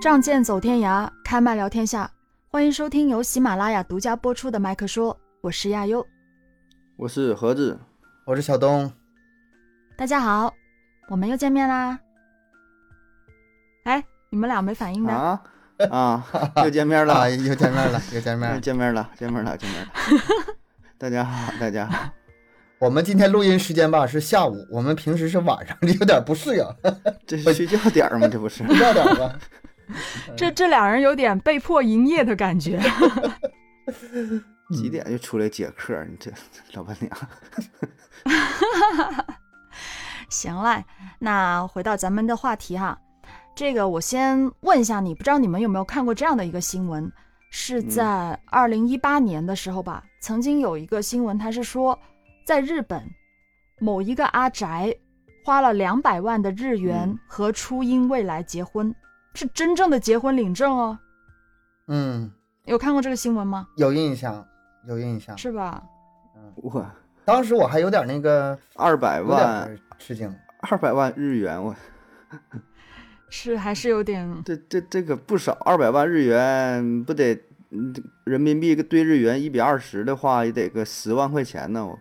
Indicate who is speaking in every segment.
Speaker 1: 仗剑走天涯，开麦聊天下。欢迎收听由喜马拉雅独家播出的《麦克说》，我是亚优。
Speaker 2: 我是盒子，
Speaker 3: 我是小东，
Speaker 1: 大家好，我们又见面啦！哎，你们俩没反应呢？
Speaker 2: 啊啊， 嗯又见面
Speaker 3: 啊，
Speaker 2: 了，
Speaker 3: 又见面了，又见面
Speaker 2: 又
Speaker 3: 了。
Speaker 2: 见面了，见面了，见 面了。大家好，大家好，
Speaker 3: 我们今天录音时间吧是下午， 我们平时是晚上，这有点不适应，
Speaker 2: 这是睡觉点儿吗？这不是？
Speaker 3: 不知道点儿吧？
Speaker 1: 这这俩人有点被迫营业的感觉。
Speaker 3: 嗯
Speaker 2: 几点就出来接客儿？你 这老板娘，
Speaker 1: 行了，那回到咱们的话题哈，这个我先问一下你，不知道你们有没有看过这样的一个新闻？是
Speaker 2: 嗯
Speaker 1: 在二零一八年的时候吧，曾经有一个新闻，它是说在日本某一个阿宅花了两百万的日元
Speaker 2: 嗯
Speaker 1: 和初音未来结婚，是真正的结婚领证哦。
Speaker 3: 嗯，
Speaker 1: 有看过这个新闻吗？
Speaker 3: 有印象，有印象。
Speaker 1: 是吧？
Speaker 2: 我
Speaker 3: 当时我还有点那个，
Speaker 2: 二百
Speaker 3: 嗯有
Speaker 2: 万，
Speaker 3: 点吃惊。
Speaker 2: 二百万日元，我
Speaker 1: 是还是有点
Speaker 2: 这这这个不少，二百万日元不得嗯人民币对日元一比二十的话，也得个十万块钱呢。我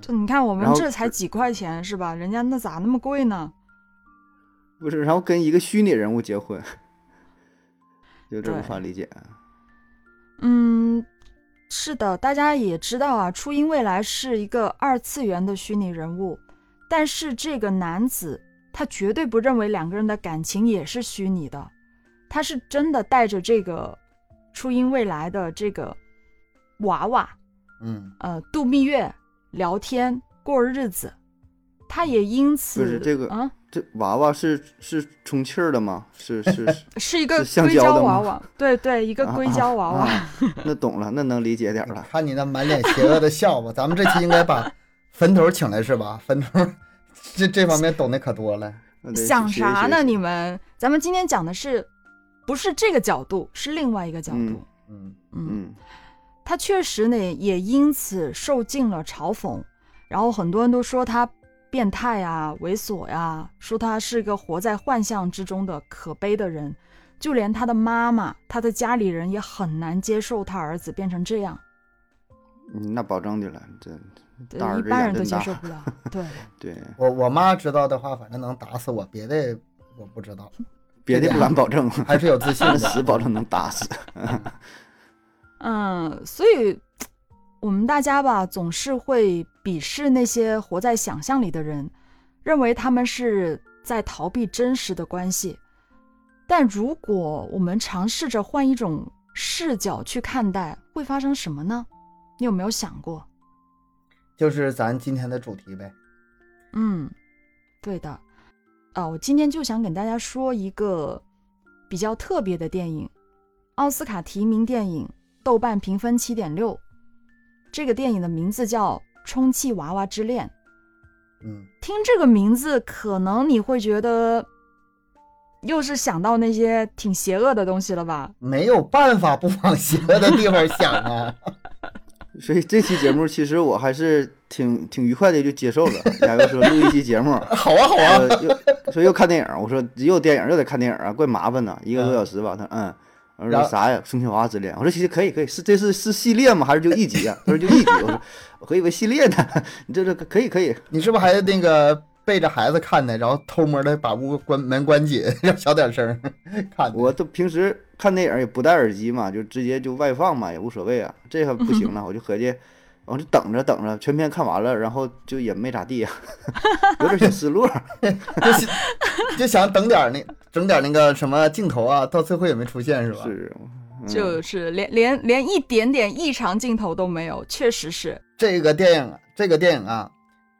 Speaker 1: 就你看我们
Speaker 2: 然后
Speaker 1: 这才几块钱是吧？人家那咋那么贵呢？
Speaker 2: 不是，然后跟一个虚拟人物结婚，有点无
Speaker 1: 对
Speaker 2: 法理解。啊
Speaker 1: 嗯，是的，大家也知道啊，初音未来是一个二次元的虚拟人物，但是这个男子他绝对不认为两个人的感情也是虚拟的，他是真的带着这个初音未来的这个娃娃，
Speaker 3: 嗯，
Speaker 1: 呃，度蜜月、聊天、过日子，他也因此
Speaker 2: 不是这个
Speaker 1: 啊。
Speaker 2: 这娃娃是是充气儿的吗？是是 是
Speaker 1: 是一个
Speaker 2: 是橡
Speaker 1: 硅
Speaker 2: 胶
Speaker 1: 胶
Speaker 2: 的
Speaker 1: 娃
Speaker 2: 吗
Speaker 1: 娃，对对，一个
Speaker 2: 啊
Speaker 1: 硅胶娃娃。
Speaker 2: 啊，那懂了，那能理解点儿
Speaker 3: 你
Speaker 2: 了。
Speaker 3: 看你那满脸邪恶的笑吧， 咱们这期应该把坟头请来是吧？坟头 这这方面懂得可多了。
Speaker 2: 那得
Speaker 1: 想
Speaker 2: 学一
Speaker 1: 啥
Speaker 2: 学
Speaker 1: 呢？你们，咱们今天讲的是，不是这个角度，是另外一个角度
Speaker 2: 嗯。
Speaker 3: 嗯，
Speaker 1: 嗯，
Speaker 2: 嗯，
Speaker 1: 他确实呢，也因此受尽了嘲讽，然后很多人都说他变态啊、猥琐呀、说他是个活在幻象之中的可悲的人，就连他的妈妈、他的家里人也很难接受他儿子变成这样，
Speaker 2: 嗯那保证的了，这
Speaker 1: 对
Speaker 2: 大儿
Speaker 1: 一
Speaker 2: 子
Speaker 1: 般
Speaker 2: 眼
Speaker 1: 人都
Speaker 2: 真
Speaker 1: 接
Speaker 2: 大
Speaker 1: 受 不了。对，
Speaker 2: 对
Speaker 3: 我我妈知道的话，反正能打死我，别的我不知道，
Speaker 2: 别的不敢保证，
Speaker 3: 还是有自信
Speaker 2: 但
Speaker 3: 的。
Speaker 2: 死保证能打死。
Speaker 1: 嗯，所以我们大家吧，总是会鄙视那些活在想象里的人，认为他们是在逃避真实的关系。但如果我们尝试着换一种视角去看待，会发生什么呢？你有没有想过？
Speaker 3: 就是咱今天的主题呗。
Speaker 1: 嗯，对的。啊，我今天就想给大家说一个比较特别的电影，奥斯卡提名电影，豆瓣评分七点六。这个电影的名字叫《充气娃娃之恋》。
Speaker 3: 嗯，
Speaker 1: 听这个名字，可能你会觉得又是想到那些挺邪恶的东西了吧？
Speaker 3: 没有办法不往邪恶的地方想啊。
Speaker 2: 所以这期节目其实我还是挺挺愉快的就接受了。亚哥说录一期节目，
Speaker 3: 好啊，好啊。
Speaker 2: 说呃又说又看电影，我说又电影又得看电影啊，怪麻烦的，一个多小时吧。他说嗯。我
Speaker 3: 然
Speaker 2: 说
Speaker 3: 后
Speaker 2: 啥呀？《充气娃娃之恋》。我说其实可以，可以是这是是系列吗？还是就一集啊？他说就一集。我说我以为系列呢。 你这这可以可以，
Speaker 3: 你是不是还那个背着孩子看呢？然后偷摸的把屋关门关紧，让小点声儿 看呢。
Speaker 2: 我都平时看电影也不戴耳机嘛，就直接就外放嘛，也无所谓啊。这还不行了，我就合计，我就等着等着，全片看完了，然后就也没咋地呀、 有点小失落。
Speaker 3: 就想就想等点儿那整点儿那个什么镜头啊，到最后也没出 现是吧？
Speaker 2: 是，嗯、
Speaker 1: 就是连连连一点点异常镜头都没有，确实是。
Speaker 3: 这个电影，这个电影啊，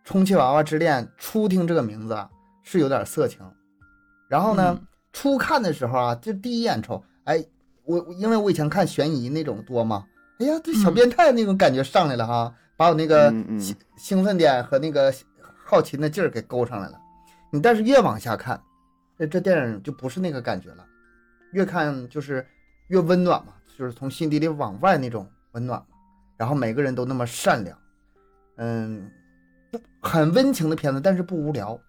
Speaker 3: 《充气娃娃之恋》，初听这个名字啊是有点色情，然后呢，初看的时候啊，就第一眼瞅，哎，我我因为我以前看悬疑那种多嘛，哎呀，这小
Speaker 1: 嗯
Speaker 3: 变态那种感觉上来了啊哈，把我那个
Speaker 2: 嗯嗯
Speaker 3: 兴兴奋点和那个好奇的劲儿给勾上来了。你但是越往下看，这这电影就不是那个感觉了，越看就是越温暖嘛，就是从心底里往外那种温暖嘛。然后每个人都那么善良，嗯，不很温情的片子，但是不无聊。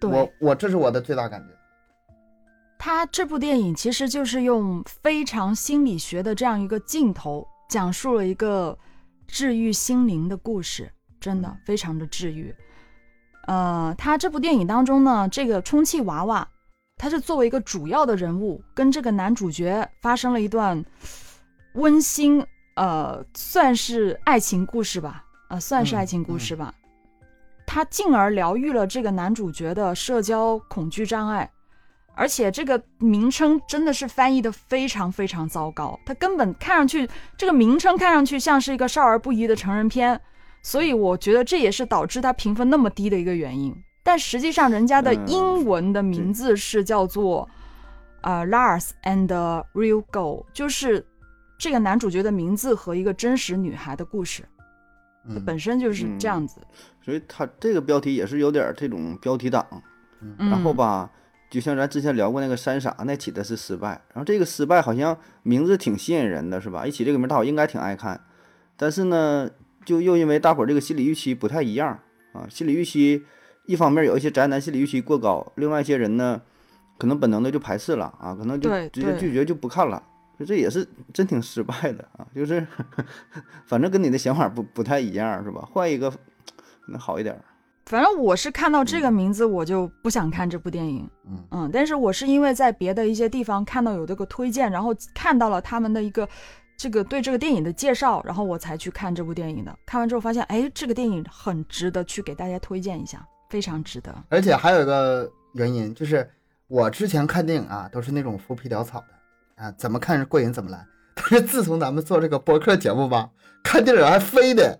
Speaker 1: 对，
Speaker 3: 我我这是我的最大感觉。
Speaker 1: 它这部电影其实就是用非常心理学的这样一个镜头，讲述了一个治愈心灵的故事，真的非常的治愈。呃，它这部电影当中呢，这个充气娃娃，它是作为一个主要的人物，跟这个男主角发生了一段温馨，呃，算是爱情故事吧，啊、算是爱情故事吧。他进而疗愈了这个男主角的社交恐惧障碍，而且这个名称真的是翻译的非常非常糟糕，他根本看上去这个名称看上去像是一个少儿不宜的成人片，所以我觉得这也是导致他评分那么低的一个原因。但实际上，人家的
Speaker 2: 嗯
Speaker 1: 英文的名字是叫做呃 Lars and the Real Girl，就是这个男主角的名字和一个真实女孩的故事，
Speaker 3: 嗯
Speaker 1: 本身就是这样子。
Speaker 2: 所以它这个标题也是有点儿这种标题党，
Speaker 1: 嗯、
Speaker 2: 然后吧，就像咱之前聊过那个三傻，那起的是失败。然后这个失败好像名字挺吸引人的，是吧？一起这个名儿大伙应该挺爱看，但是呢，就又因为大伙儿这个心理预期不太一样啊，心理预期一方面有一些宅男心理预期过高，另外一些人呢，可能本能的就排斥了啊，可能就
Speaker 1: 对
Speaker 2: 直接
Speaker 1: 对
Speaker 2: 拒绝就不看了。就这也是真挺失败的啊，就是 反正跟你的想法不不太一样，是吧？换一个可 能好一点儿。
Speaker 1: 反正我是看到这个名字，我就不想看这部电影。
Speaker 3: 嗯
Speaker 1: 但是我是因为在别的一些地方看到有这个推荐，然后看到了他们的一个这个对这个电影的介绍，然后我才去看这部电影的。看完之后发现，哎，这个电影很值得去给大家推荐一下，非常值得。
Speaker 3: 而且还有一个原因，就是我之前看电影啊，都是那种浮皮潦草的啊，怎么看着过瘾怎么来。但是自从咱们做这个播客节目吧，看电影还非得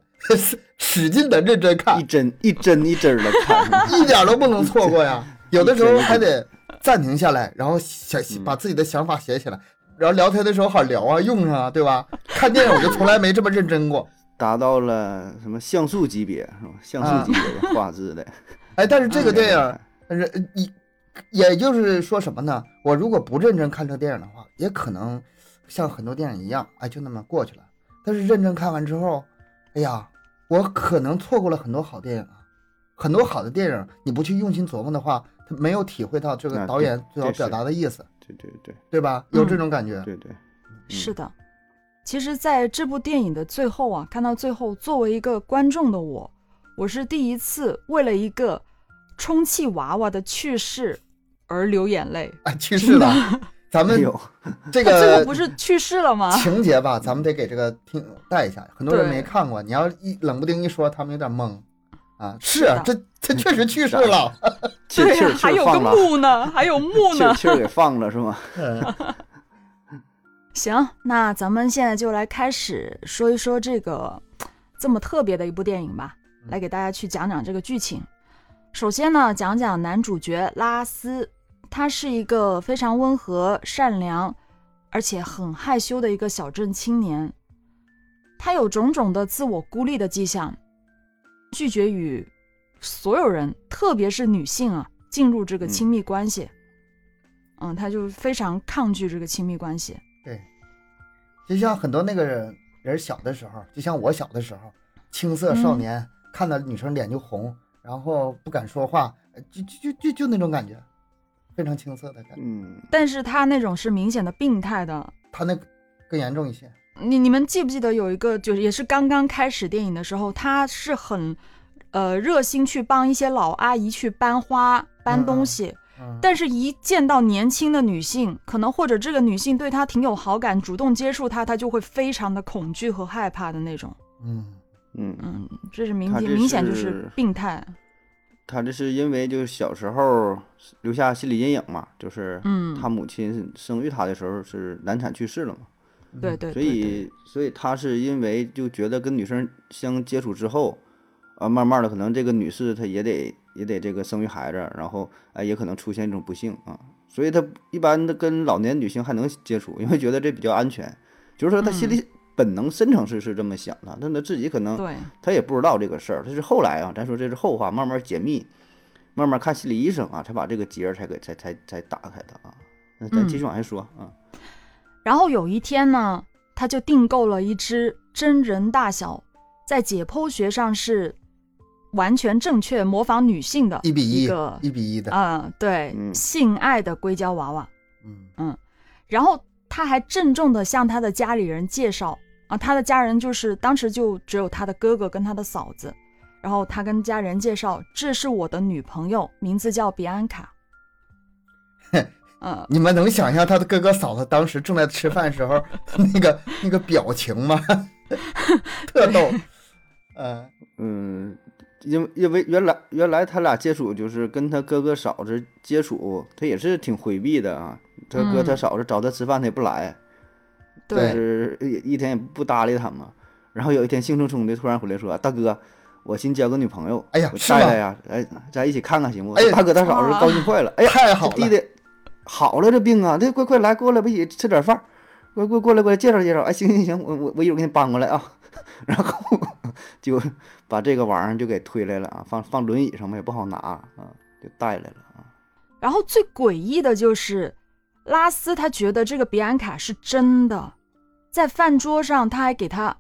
Speaker 3: 使劲的认真看，
Speaker 2: 一，针一针一针的看
Speaker 3: 一点都不能错过呀。有的时候还得暂停下来，然后想把自己的想法写起来，然后聊天的时候好聊啊，用上啊，对吧？看电影我就从来没这么认真过。
Speaker 2: 达到了什么像素级别是吧？像素级别的画质
Speaker 1: 啊
Speaker 2: 的
Speaker 3: 哎，但是这个电影
Speaker 2: 嗯，
Speaker 3: 但是你，也就是说什么呢？我如果不认真看这个电影的话，也可能像很多电影一样，哎，就那么过去了。但是认真看完之后，哎呀，我可能错过了很多好电影啊，很多好的电影，你不去用心琢磨的话，他没有体会到这个
Speaker 2: 那
Speaker 3: 导
Speaker 2: 对
Speaker 3: 演最
Speaker 2: 这
Speaker 3: 好表
Speaker 2: 是
Speaker 3: 达的意思，
Speaker 2: 对对对
Speaker 3: 对吧？有这
Speaker 1: 嗯
Speaker 3: 种感觉。
Speaker 2: 对对，嗯
Speaker 1: 是的，其实在这部电影的最后啊，看到最后，作为一个观众的我，我是第一次为了一个充气娃娃的去世而流眼泪。
Speaker 3: 哎，去世了，咱
Speaker 2: 没
Speaker 3: 们
Speaker 2: 有，
Speaker 3: 这
Speaker 1: 他啊最后
Speaker 3: 个
Speaker 1: 不是去世了吗？
Speaker 3: 情节吧，咱们得给这个听友带一下，很多人
Speaker 1: 对
Speaker 3: 没看过，你要一冷不丁一说，他们有点懵 啊。是
Speaker 1: 的，
Speaker 3: 这这确实去世了。
Speaker 2: 气儿
Speaker 1: 对
Speaker 2: 气
Speaker 1: 呀、
Speaker 2: 儿气
Speaker 1: 还有
Speaker 2: 儿
Speaker 1: 个
Speaker 2: 放了，
Speaker 1: 墓呢，还有墓
Speaker 2: 气儿
Speaker 1: 呢。
Speaker 2: 气儿给放了 是吗？
Speaker 3: 嗯
Speaker 1: 行，那咱们现在就来开始说一说这个这么特别的一部电影吧，来给大家去讲讲这个剧情。首先呢，讲讲男主角拉斯，他是一个非常温和、善良，而且很害羞的一个小镇青年。他有种种的自我孤立的迹象，拒绝与所有人，特别是女性啊，进入这个亲密关系。嗯，他就非常抗拒这个亲密关系。
Speaker 3: 对，就像很多那个人人小的时候，就像我小的时候，青涩少年、看到女生脸就红，然后不敢说话，呃就就就就就那种感觉，非常青涩的感觉。
Speaker 2: 嗯，
Speaker 1: 但是他那种是明显的病态的。
Speaker 3: 他那更严重一些。
Speaker 1: 你你们记不记得有一个，就是也是刚刚开始电影的时候，他是很，呃，热心去帮一些老阿姨去搬花、搬东西，
Speaker 3: 嗯，
Speaker 1: 但是一见到年轻的女性，可能或者这个女性对他挺有好感，主动接触他，他就会非常的恐惧和害怕的那种。
Speaker 3: 嗯，
Speaker 2: 嗯，
Speaker 1: 嗯，这是明
Speaker 2: 他
Speaker 1: 显
Speaker 2: 这
Speaker 1: 明显就是是病态。
Speaker 2: 他这是因为就是小时候留下心理阴影嘛，就是
Speaker 1: 嗯
Speaker 2: 他母亲生育他的时候是难产去世了嘛，
Speaker 1: 对对对
Speaker 2: 所
Speaker 1: 对，
Speaker 2: 以所以他是因为就觉得跟女生相接触之后，啊，慢慢的可能这个女士她也得也得这个生育孩子，然后哎也可能出现一种不幸啊，所以她一般的跟老年女性还能接触，因为觉得这比较安全，就是说她心里本能深层次是这么想的，但她自己可能
Speaker 1: 嗯对
Speaker 2: 她也不知道这个事儿，她是后来啊，咱说这是后话，慢慢解密，慢慢看心理医生啊，才把这个结儿才给才才才打开的啊。那咱
Speaker 1: 嗯
Speaker 2: 继续往下说啊，
Speaker 1: 然后有一天呢，他就订购了一只真人大小，在解剖学上是完全正确模仿女性的
Speaker 3: 一比一
Speaker 1: 一个，
Speaker 3: 一比一的。
Speaker 1: 啊、对、
Speaker 2: 嗯
Speaker 1: 性爱的硅胶娃娃。
Speaker 3: 嗯
Speaker 1: 然后他还郑重地向他的家里人介绍啊，他的家人就是当时就只有他的哥哥跟他的嫂子，然后他跟家人介绍，这是我的女朋友，名字叫比安 卡。呃，
Speaker 3: 你们能想象他的哥哥嫂子当时正在吃饭时候 那个那个表情吗？特逗。呃，
Speaker 2: 嗯，因为因为原来原来他俩接触就是跟他哥哥嫂子接触，他也是挺回避的啊。他哥他
Speaker 1: 嗯
Speaker 2: 嫂子找他吃饭，他也不来，就
Speaker 1: 对，
Speaker 2: 是一一天也不搭理他嘛。然后有一天兴冲冲的突然回来说：“大哥，我新交个女朋友，
Speaker 3: 哎呀
Speaker 2: 我
Speaker 3: 是
Speaker 2: 带
Speaker 3: 吗
Speaker 2: 来呀，哎，咱一起看看行不？”
Speaker 3: 哎呀
Speaker 2: 大哥他嫂子
Speaker 1: 啊
Speaker 2: 高兴坏了，哎呀，
Speaker 3: 太
Speaker 2: 这
Speaker 3: 好
Speaker 2: 弟
Speaker 3: 了，
Speaker 2: 弟好了，这病啊，这快快来过来，不起吃点饭儿，快快过来过来介绍介绍。哎，行行行，我我我一会儿给你搬过来啊。 然后就把这个玩意儿就给推来了啊，放放轮椅上面也不好拿啊，就带来了啊。
Speaker 1: 然后最诡异的就是，拉斯他觉得这个比安卡是真的，在饭桌上他还给他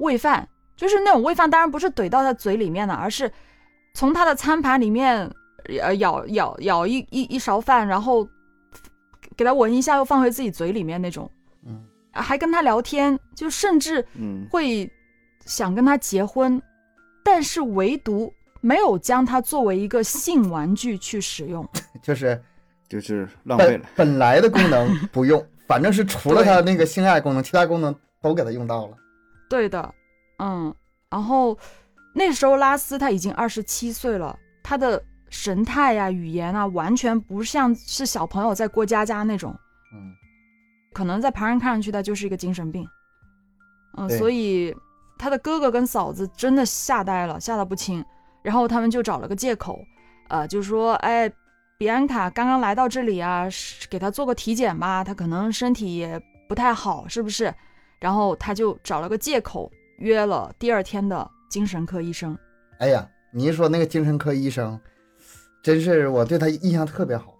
Speaker 1: 喂饭，就是那种喂饭，当然不是怼到他嘴里面的，而是从他的餐盘里面呃舀舀舀一一一勺饭，然后给他闻一下，又放回自己嘴里面那种，啊
Speaker 3: 嗯，
Speaker 1: 还跟他聊天，就甚至
Speaker 2: 嗯，
Speaker 1: 会想跟他结婚，但是唯独没有将他作为一个性玩具去使用。
Speaker 3: 就是
Speaker 2: 就是浪费
Speaker 3: 本
Speaker 2: 了。
Speaker 3: 本来的功能不用，反正是除了
Speaker 1: 对
Speaker 3: 他那个性爱功能，其他功能都给他用到了。
Speaker 1: 对的，嗯，然后那时候拉斯他已经二十七岁了，他的神态呀、语言啊，完全不像是小朋友在过家家那种，
Speaker 3: 嗯，
Speaker 1: 可能在旁人看上去他就是一个精神病，嗯，
Speaker 3: 对
Speaker 1: 所以他的哥哥跟嫂子真的吓呆了，吓得不轻，然后他们就找了个借口，呃，就说，哎，比安卡刚刚来到这里啊，是给他做个体检吧，他可能身体也不太好，是不是？然后他就找了个借口约了第二天的精神科医生。
Speaker 3: 哎呀，你一说那个精神科医生，真是我对他印象特别好。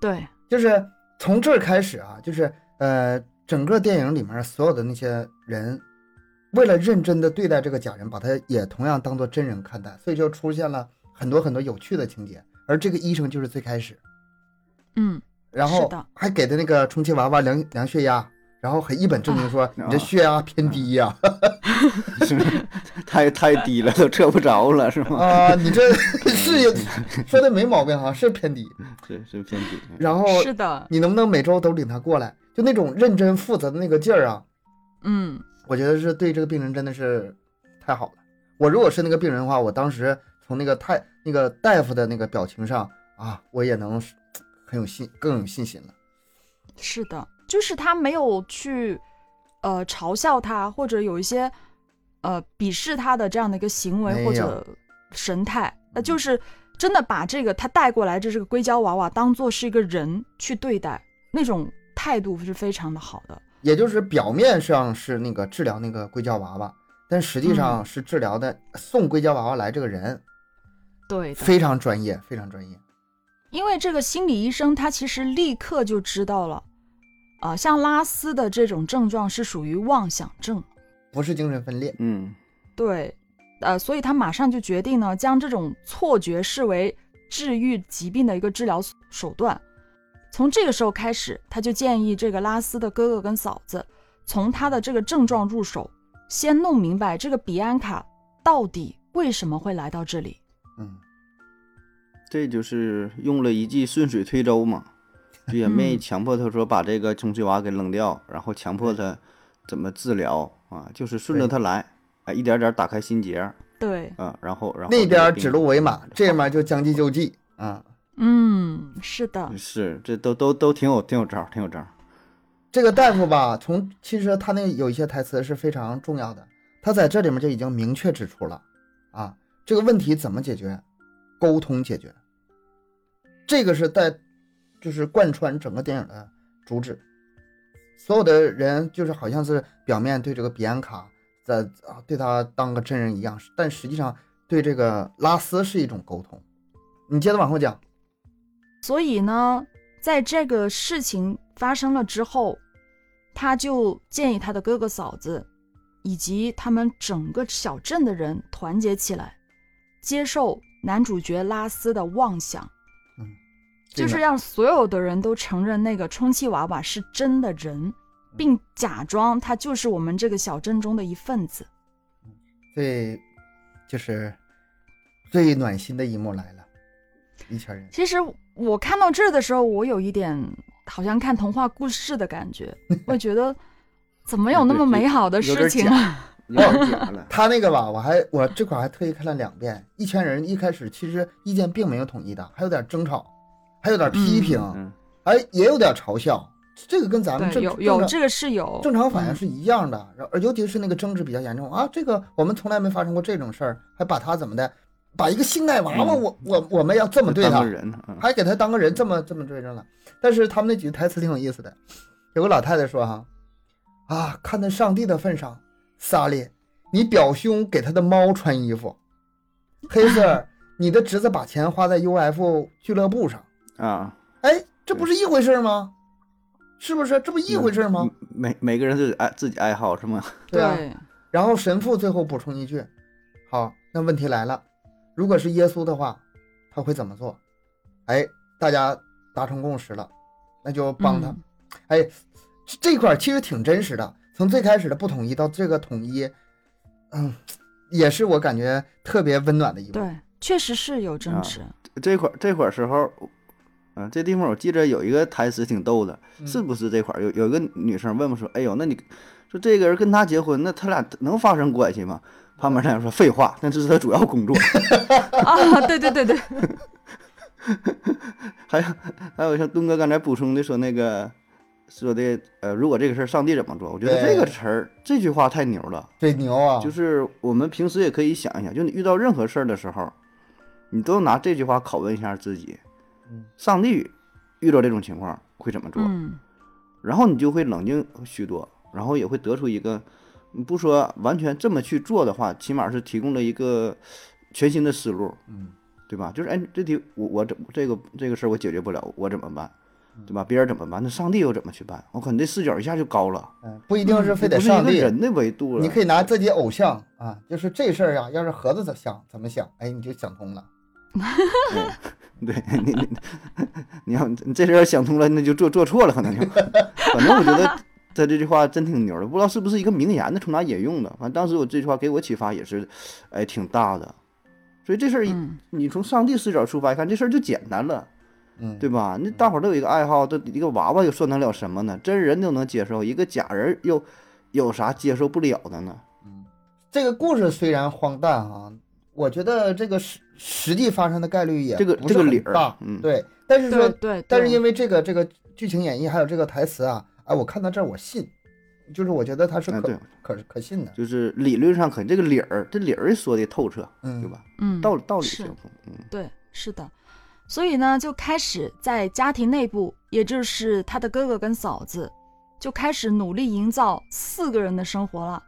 Speaker 1: 对，
Speaker 3: 就是从这儿开始啊，就是呃，整个电影里面所有的那些人，为了认真的对待这个假人，把他也同样当做真人看待，所以就出现了很多很多有趣的情节。而这个医生就是最开始，
Speaker 1: 嗯，
Speaker 3: 然
Speaker 1: 是
Speaker 3: 后
Speaker 1: 的
Speaker 3: 还给的那个充气娃娃量量血压，然后还一本正经说：“你这
Speaker 2: 啊
Speaker 3: 血压偏低呀、
Speaker 2: 是太太低了，都 测不着了，是吗？
Speaker 3: 啊，你这 是有
Speaker 2: 嗯
Speaker 3: 说的没毛病哈、是偏低。
Speaker 2: 是是偏低。
Speaker 3: 然后
Speaker 1: 是的，
Speaker 3: 你能不能每周都领他过来？就那种认真负责的那个劲儿啊，
Speaker 1: 嗯，
Speaker 3: 我觉得是对这个病人真的是太好了。我如果是那个病人的话，我当时从那个太那个大夫的那个表情上啊，我也能是很有信更有信心了。
Speaker 1: 是的，就是他没有去呃嘲笑他，或者有一些呃鄙视他的这样的一个行为
Speaker 3: 没
Speaker 1: 或
Speaker 3: 有嗯
Speaker 1: 者神态，那就是真的把这个他带过来这是个硅胶娃娃当做是一个人去对待，那种态度是非常的好的。
Speaker 3: 也就是表面上是那个治疗那个硅胶娃娃，但实际上是治疗的、送硅胶娃娃来这个人，
Speaker 1: 对的，
Speaker 3: 非常专业，非常专业。
Speaker 1: 因为这个心理医生他其实立刻就知道了，啊、像拉斯的这种症状是属于妄想症。
Speaker 3: 不是精神分裂，
Speaker 2: 嗯，
Speaker 1: 对，呃，所以他马上就决定呢，将这种错觉视为治愈疾病的一个治疗手段。从这个时候开始，他就建议这个拉斯的哥哥跟嫂子，从他的这个症状入手，先弄明白这个比安卡到底为什么会来到这里。
Speaker 3: 嗯，
Speaker 2: 这就是用了一句顺水推舟嘛，就也没
Speaker 1: 嗯
Speaker 2: 强迫他说把这个充气娃给扔掉，然后强迫他怎么治疗啊，就是顺着
Speaker 3: 对
Speaker 2: 他来，啊，一点点打开心结
Speaker 1: 对，
Speaker 2: 啊，然后然后
Speaker 3: 那
Speaker 2: 这个
Speaker 3: 边哦
Speaker 2: 病
Speaker 3: 指鹿为马，这
Speaker 2: 好
Speaker 3: 面就将计就计啊。
Speaker 1: 嗯，是的，
Speaker 2: 是这都都都挺有挺有招儿，挺有招
Speaker 3: 哦
Speaker 2: 儿。
Speaker 3: 这个大夫吧，从其实他那有一些台词是非常重要的，他在这里面就已经明确指出了，啊，这个问题怎么解决，沟通解决，这个是在就是贯穿整个电影的主旨。所有的人就是好像是表面对这个比安卡在啊对他当个真人一样，但实际上对这个拉斯是一种沟通。你接着往后讲，
Speaker 1: 所以呢，在这个事情发生了之后，他就建议他的哥哥嫂子以及他们整个小镇的人团结起来，接受男主角拉斯的妄想。
Speaker 3: 对
Speaker 1: 就是
Speaker 3: 呢
Speaker 1: 让所有的人都承认那个充气娃娃是真的人，并假装他就是我们这个小镇中的一份子。
Speaker 3: 最就是最暖心的一幕来了，一群人。
Speaker 1: 其实我看到这儿的时候，我有一点好像看童话故事的感觉，我觉得怎么有那么美好的事情啊？
Speaker 2: 有点假了
Speaker 3: 他那个吧，我还我这块还特意看了两遍。一圈人一开始其实意见并没有统一的，还有点争吵，还有点批评，
Speaker 2: 嗯，
Speaker 3: 哎，也有点嘲笑。这个跟咱们
Speaker 1: 啊对，
Speaker 3: 正
Speaker 1: 有
Speaker 3: 正
Speaker 1: 有
Speaker 3: 常
Speaker 1: 这个嗯是有
Speaker 3: 正常反应是一样的，然后而尤其是那个争执比较严重啊，这个我们从来没发生过这种事儿，还把他怎么的，把一个性爱娃娃，
Speaker 2: 嗯
Speaker 3: 我我我们要这么对
Speaker 2: 当
Speaker 3: 他
Speaker 2: 个，人呢，嗯
Speaker 3: 还给他当个人这么这么对着了。但是他们那几句台词挺有意思的，有个老太太说哈、啊，看在上帝的份上，萨利，你表兄给他的猫穿衣服，黑色儿，你的侄子把钱花在 UF 俱乐部上，
Speaker 2: 啊，
Speaker 3: 哎，这不是一回事儿吗？是不是？这不一回事儿吗？
Speaker 2: 嗯？每每个人自己爱自己爱好是吗？
Speaker 3: 对啊。
Speaker 1: 对
Speaker 3: 然后神父最后补充一句：“好，那问题来了，如果是耶稣的话，他会怎么做？”哎，大家达成共识了，那就帮他。
Speaker 1: 嗯
Speaker 3: 哎，这这块儿其实挺真实的，从最开始的不统一到这个统一，嗯，也是我感觉特别温暖的一幕。
Speaker 1: 对，确实是有
Speaker 3: 啊
Speaker 1: 争执。
Speaker 2: 这块这块时候，嗯、这地方我记着有一个台词挺逗的，
Speaker 3: 嗯
Speaker 2: 是不是这块儿有有一个女生问我说：“哎呦，那你说这个人跟他结婚，那他俩能发生关系吗？”旁边那人说：“废话，那这是他主要工作。
Speaker 1: 啊，对对对 对，”
Speaker 2: 还有 还有像东哥刚才补充的说那个说的呃，如果这个事儿上帝怎么做？我觉得
Speaker 3: 对
Speaker 2: 这个词儿这句话太牛了。
Speaker 3: 这牛啊！
Speaker 2: 就是我们平时也可以想一想，就你遇到任何事儿的时候，你都拿这句话拷问一下自己
Speaker 3: 嗯，
Speaker 2: 上帝遇到这种情况会怎么做？
Speaker 1: 嗯，
Speaker 2: 然后你就会冷静许多，然后也会得出一个，你不说完全这么去做的话，起码是提供了一个全新的思路，
Speaker 3: 嗯，
Speaker 2: 对吧？就是哎，这题我我怎这个这个事儿我解决不了，我怎么办？对吧？别人怎么办？那上帝又怎么去办？我靠，你这视角一下就高了，
Speaker 3: 嗯，不一定是非
Speaker 2: 不
Speaker 3: 得
Speaker 2: 是一
Speaker 3: 上
Speaker 2: 个
Speaker 3: 帝，
Speaker 2: 人啊的维度了。
Speaker 3: 你可以拿自己偶像啊，就是这事儿啊，要是盒子怎想怎么想，哎，你就想通了。
Speaker 2: 对你你你要你这事儿想通了，那就做做错了，可能就。 反正我觉得他这句话真挺牛的，不知道是不是一个名言的，从哪引用的。反正当时我这句话给我启发也是，哎，挺大的。所以这事儿一、
Speaker 1: 嗯
Speaker 2: 你从上帝视角出发一看，这事儿就简单了，
Speaker 3: 嗯，
Speaker 2: 对吧？那大伙儿都有一个爱好，这一个娃娃又算得了什么呢？真人就能接受，一个假人儿又有啥接受不了的呢？
Speaker 3: 这个故事虽然荒诞啊，我觉得这个实实际发生的概率也
Speaker 2: 这个这
Speaker 3: 不是
Speaker 2: 个
Speaker 3: 很
Speaker 2: 理儿
Speaker 3: 大，
Speaker 2: 嗯
Speaker 3: 对。但是
Speaker 1: 对
Speaker 3: 说，
Speaker 1: 对，
Speaker 3: 但是
Speaker 1: 对
Speaker 3: 因为这个这个剧情演绎还有这个台词啊，哎，我看到这儿我信，就是我觉得它是
Speaker 2: 哎
Speaker 3: 可、
Speaker 2: 对
Speaker 3: 可可信的，
Speaker 2: 就是理论上可这个理儿，这理儿说的透彻，
Speaker 3: 嗯，
Speaker 2: 对？吧？
Speaker 1: 嗯
Speaker 2: 道道理
Speaker 1: 是
Speaker 2: 相通，嗯。
Speaker 1: 对，是的。所以呢，就开始在家庭内部，也就是他的哥哥跟嫂子，就开始努力营造四个人的生活了。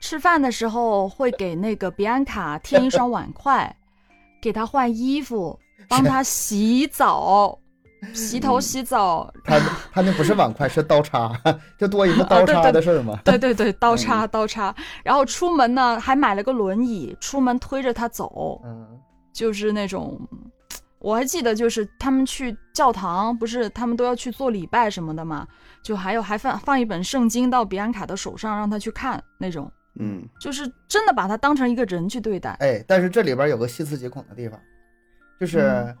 Speaker 1: 吃饭的时候会给那个比安卡添一双碗筷， 给她换衣服，帮她洗澡、洗头、洗澡。
Speaker 3: 他他那不是碗筷，是刀叉， 就多一个刀
Speaker 1: 啊对
Speaker 3: 叉
Speaker 1: 对
Speaker 3: 的事儿嘛。
Speaker 1: 对对对，刀叉刀叉。然后出门呢，还买了个轮椅，出门推着她走。
Speaker 3: 嗯，
Speaker 1: 就是那种，我还记得就是他们去教堂，不是他们都要去做礼拜什么的嘛，就还有还放放一本圣经到比安卡的手上，让他去看那种，
Speaker 2: 嗯，
Speaker 1: 就是真的把他当成一个人去对待。
Speaker 3: 哎，但是这里边有个细思极恐的地方，就是。
Speaker 1: 嗯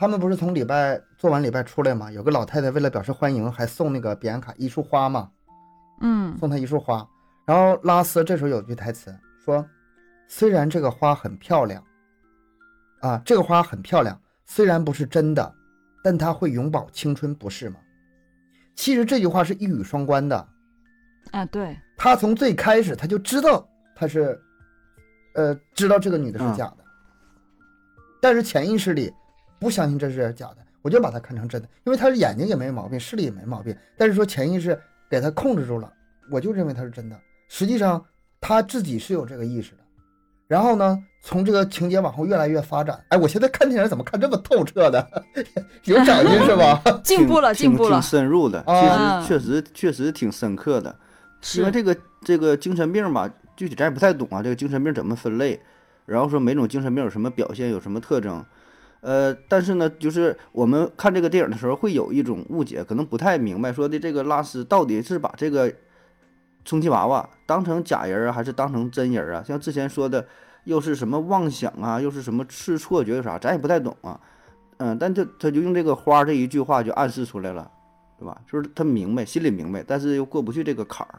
Speaker 3: 他们不是从礼拜做完礼拜出来嘛？有个老太太为了表示欢迎，还送那个比安卡一束花嘛。
Speaker 1: 嗯
Speaker 3: 送他一束花。然后拉斯这时候有句台词说：“虽然这个花很漂亮，啊，这个花很漂亮，虽然不是真的，但它会永葆青春，不是吗？”其实这句话是一语双关的。
Speaker 1: 啊，对，
Speaker 3: 他从最开始他就知道他是，呃，知道这个女的是假的，但是潜意识里不相信这是假的，我就把它看成真的，因为他眼睛也没毛病，视力也没毛病，但是说潜意识给他控制住了，我就认为他是真的，实际上他自己是有这个意识的。然后呢，从这个情节往后越来越发展，哎，我现在看电影怎么看这么透彻的， 有长进是吧？
Speaker 1: 进步了，
Speaker 2: 挺
Speaker 1: 进步
Speaker 2: 挺
Speaker 1: 了嗯
Speaker 2: 挺，深入的，
Speaker 3: 啊
Speaker 2: 其实确实确实挺深刻的。因为
Speaker 1: 是
Speaker 2: 这个这个精神病吧，具体咱也不太懂啊，这个精神病怎么分类，然后说每种精神病有什么表现，有什么特征，呃，但是呢，就是我们看这个电影的时候，会有一种误解，可能不太明白，说的这个拉丝到底是把这个充气娃娃当成假人儿啊，还是当成真人儿啊？像之前说的，又是什么妄想啊，又是什么视错觉啥，咱也不太懂啊。嗯，但这他就用这个花儿这一句话就暗示出来了，对吧？就是他明白，心里明白，但是又过不去这个坎儿，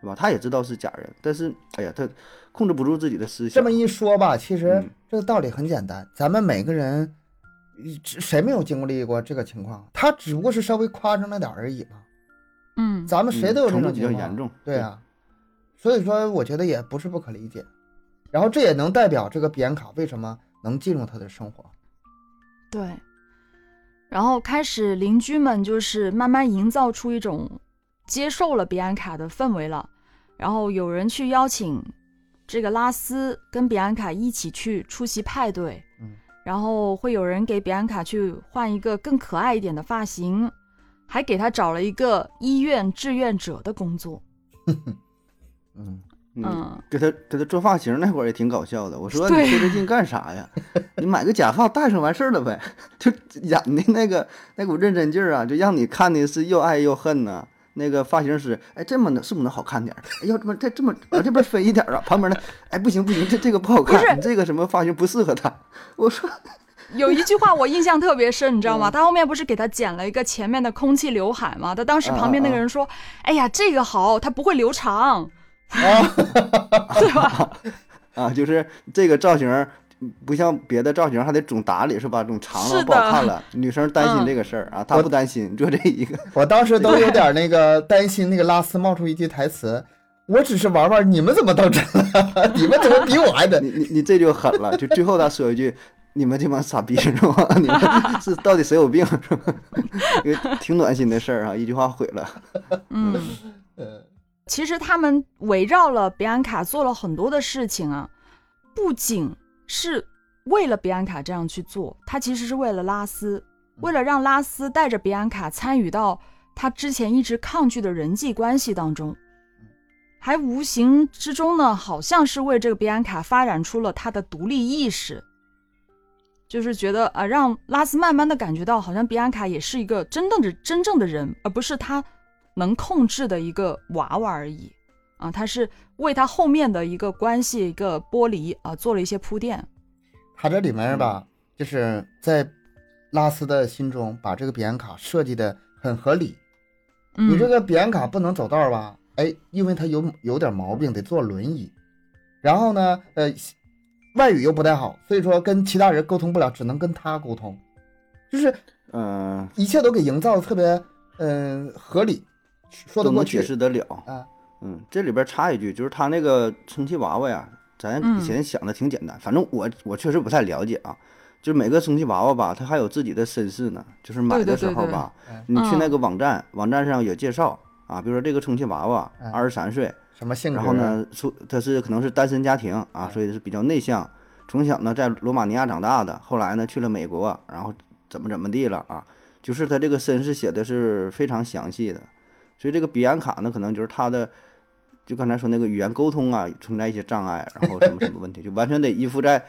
Speaker 2: 对吧？他也知道是假人，但是哎呀，他控制不住自己的思
Speaker 3: 这
Speaker 2: 想
Speaker 3: 么。一说吧，其实
Speaker 2: 嗯
Speaker 3: 这个道理很简单，咱们每个人，只谁没有经历过这个情况？他只不过是稍微夸张了点儿而已嘛。
Speaker 1: 嗯，
Speaker 3: 咱们谁都有
Speaker 2: 嗯
Speaker 3: 这
Speaker 2: 程度
Speaker 3: 种
Speaker 2: 比
Speaker 3: 情
Speaker 2: 较
Speaker 3: 况，
Speaker 2: 严重，
Speaker 3: 对啊。所以说，我觉得也不是不可理解。然后这也能代表这个比安卡为什么能进入他的生活。
Speaker 1: 对。然后开始邻居们就是慢慢营造出一种接受了比安卡的氛围了，然后有人去邀请这个拉斯跟比安卡一起去出席派对，
Speaker 3: 嗯，
Speaker 1: 然后会有人给比安卡去换一个更可爱一点的发型，还给他找了一个医院志愿者的工作，
Speaker 3: 嗯，
Speaker 2: 对嗯，
Speaker 1: 嗯
Speaker 2: 给他给他做发型那会儿也挺搞笑的。我说你
Speaker 1: 对
Speaker 2: 费这劲干啥呀？你买个假发戴上完事儿了呗， 就演的那个那股认真劲儿啊，就让你看的是又爱又恨呐、那个发型师，哎，这么的是不是能好看点儿？哎，要这么再这么往这边飞一点儿啊？旁边的，哎，不行不行，这这个不好
Speaker 1: 不是
Speaker 2: 看，你这个什么发型不适合他。我说
Speaker 1: 有一句话我印象特别深，你知道吗？他后面不是给他剪了一个前面的空气刘海吗？他当时旁边那个人说：“哎呀，这个好，他不会留长，
Speaker 3: 啊
Speaker 1: 对吧？
Speaker 2: 啊，就是这个造型儿嗯不像别的造型儿还得总打理是吧？总长
Speaker 1: 是
Speaker 2: 了不好
Speaker 1: 的
Speaker 2: 看了，女生担心
Speaker 1: 嗯
Speaker 2: 这个事儿啊，她
Speaker 3: 我
Speaker 2: 不担心，就这一个。
Speaker 3: 我当时都有点那个担心，那个拉斯冒出一句台词：“我只是玩玩，你们怎么都真了？ 你们怎么比我还真
Speaker 2: 你你你这就狠了，就最后他说一句：“你们这帮傻逼是吧？ 你 们是到底谁有病是吧？” 因为挺暖心的事儿啊，一句话毁了。
Speaker 1: 嗯，？”
Speaker 3: 呃，
Speaker 1: 其实他们围绕了比安卡做了很多的事情啊，不仅是为了比安卡这样去做，他其实是为了拉斯，为了让拉斯带着比安卡参与到他之前一直抗拒的人际关系当中，还无形之中呢，好像是为这个比安卡发展出了他的独立意识。就是觉得啊，让拉斯慢慢的感觉到，好像比安卡也是一个真正的真正的人，而不是他能控制的一个娃娃而已啊，他是为他后面的一个关系一个剥离啊做了一些铺垫。
Speaker 3: 他这里面吧，
Speaker 2: 嗯
Speaker 3: 就是在拉斯的心中把这个比安卡设计的很合理。
Speaker 1: 嗯，
Speaker 3: 你这个比安卡不能走道儿吧？哎，因为他有有点毛病，得坐轮椅。然后呢，呃，外语又不太好，所以说跟其他人沟通不了，只能跟他沟通。就是
Speaker 2: 嗯、
Speaker 3: 一切都给营造的特别，嗯、合理，说得
Speaker 2: 都
Speaker 3: 过
Speaker 2: 能
Speaker 3: 去
Speaker 2: 解释得了。
Speaker 3: 啊。
Speaker 2: 嗯，这里边插一句，就是他那个充气娃娃呀，咱
Speaker 1: 嗯
Speaker 2: 以前想的挺简单，反正我我确实不太了解啊。就是每个充气娃娃吧，它还有自己的身世呢。就是买
Speaker 1: 对对
Speaker 2: 的时
Speaker 1: 对
Speaker 2: 候
Speaker 1: 对
Speaker 2: 吧，
Speaker 3: 嗯
Speaker 2: 你去那个网站，网站上有介绍啊，比如说这个充气娃娃
Speaker 3: 嗯
Speaker 2: 二十三岁，
Speaker 3: 什么性格？啊
Speaker 2: 然后？呢，出他是可能是单身家庭啊，所以是比较内向。从小呢在罗马尼亚长大的，后来呢去了美国，然后怎么怎么地了啊？就是他这个身世写的是非常详细的，所以这个比安卡呢，可能就是他的，就刚才说那个语言沟通啊存在一些障碍，然后什么什么问题，就 完全得依附在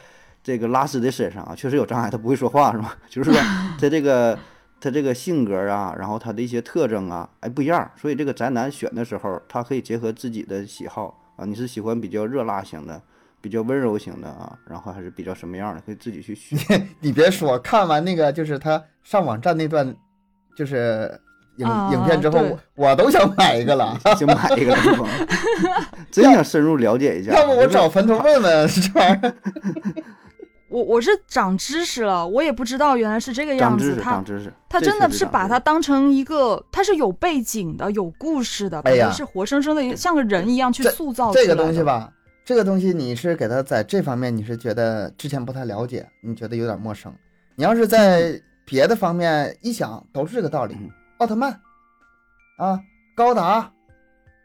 Speaker 2: 这个拉斯的身上啊，确实有障碍，他不会说话是吧？ 就是说他这个他这个性格啊，然后他的一些特征啊，哎不一样，所以这个宅男选的时候，他可以结合自己的喜好啊，你是喜欢比较热辣型的，比较温柔型的啊，然后还是比较什么样的，可以自己去选。
Speaker 3: 你别说，看完那个就是他上网站那段，就是影、
Speaker 1: 啊
Speaker 3: 影片之后
Speaker 1: 对
Speaker 3: 我，我都想买一个了。
Speaker 2: 先买一个 来吧，真想深入了解一下。
Speaker 3: 要不
Speaker 2: 就
Speaker 3: 我
Speaker 2: 是
Speaker 3: 找坟头问问这玩意儿。
Speaker 1: 我我是长知识了，我也不知道原来是这个
Speaker 2: 长
Speaker 1: 样子。
Speaker 2: 知识，
Speaker 1: 他
Speaker 2: 长知识，
Speaker 1: 他
Speaker 2: 这
Speaker 1: 真的
Speaker 2: 确实
Speaker 1: 是
Speaker 2: 长
Speaker 1: 把
Speaker 2: 知
Speaker 1: 他
Speaker 2: 识
Speaker 1: 当成一个，他是有背景的、有故事的，
Speaker 3: 哎呀
Speaker 1: 他是活生生的，像个人一样去塑造
Speaker 3: 这个
Speaker 1: 出来
Speaker 3: 东西
Speaker 1: 的，
Speaker 3: 吧，这个东西你是给他在这方面你是觉得之前不太了解，你觉得有点陌生。你要是在别的方面一想，都是这个道理
Speaker 2: 嗯。
Speaker 3: 奥特曼啊，高达，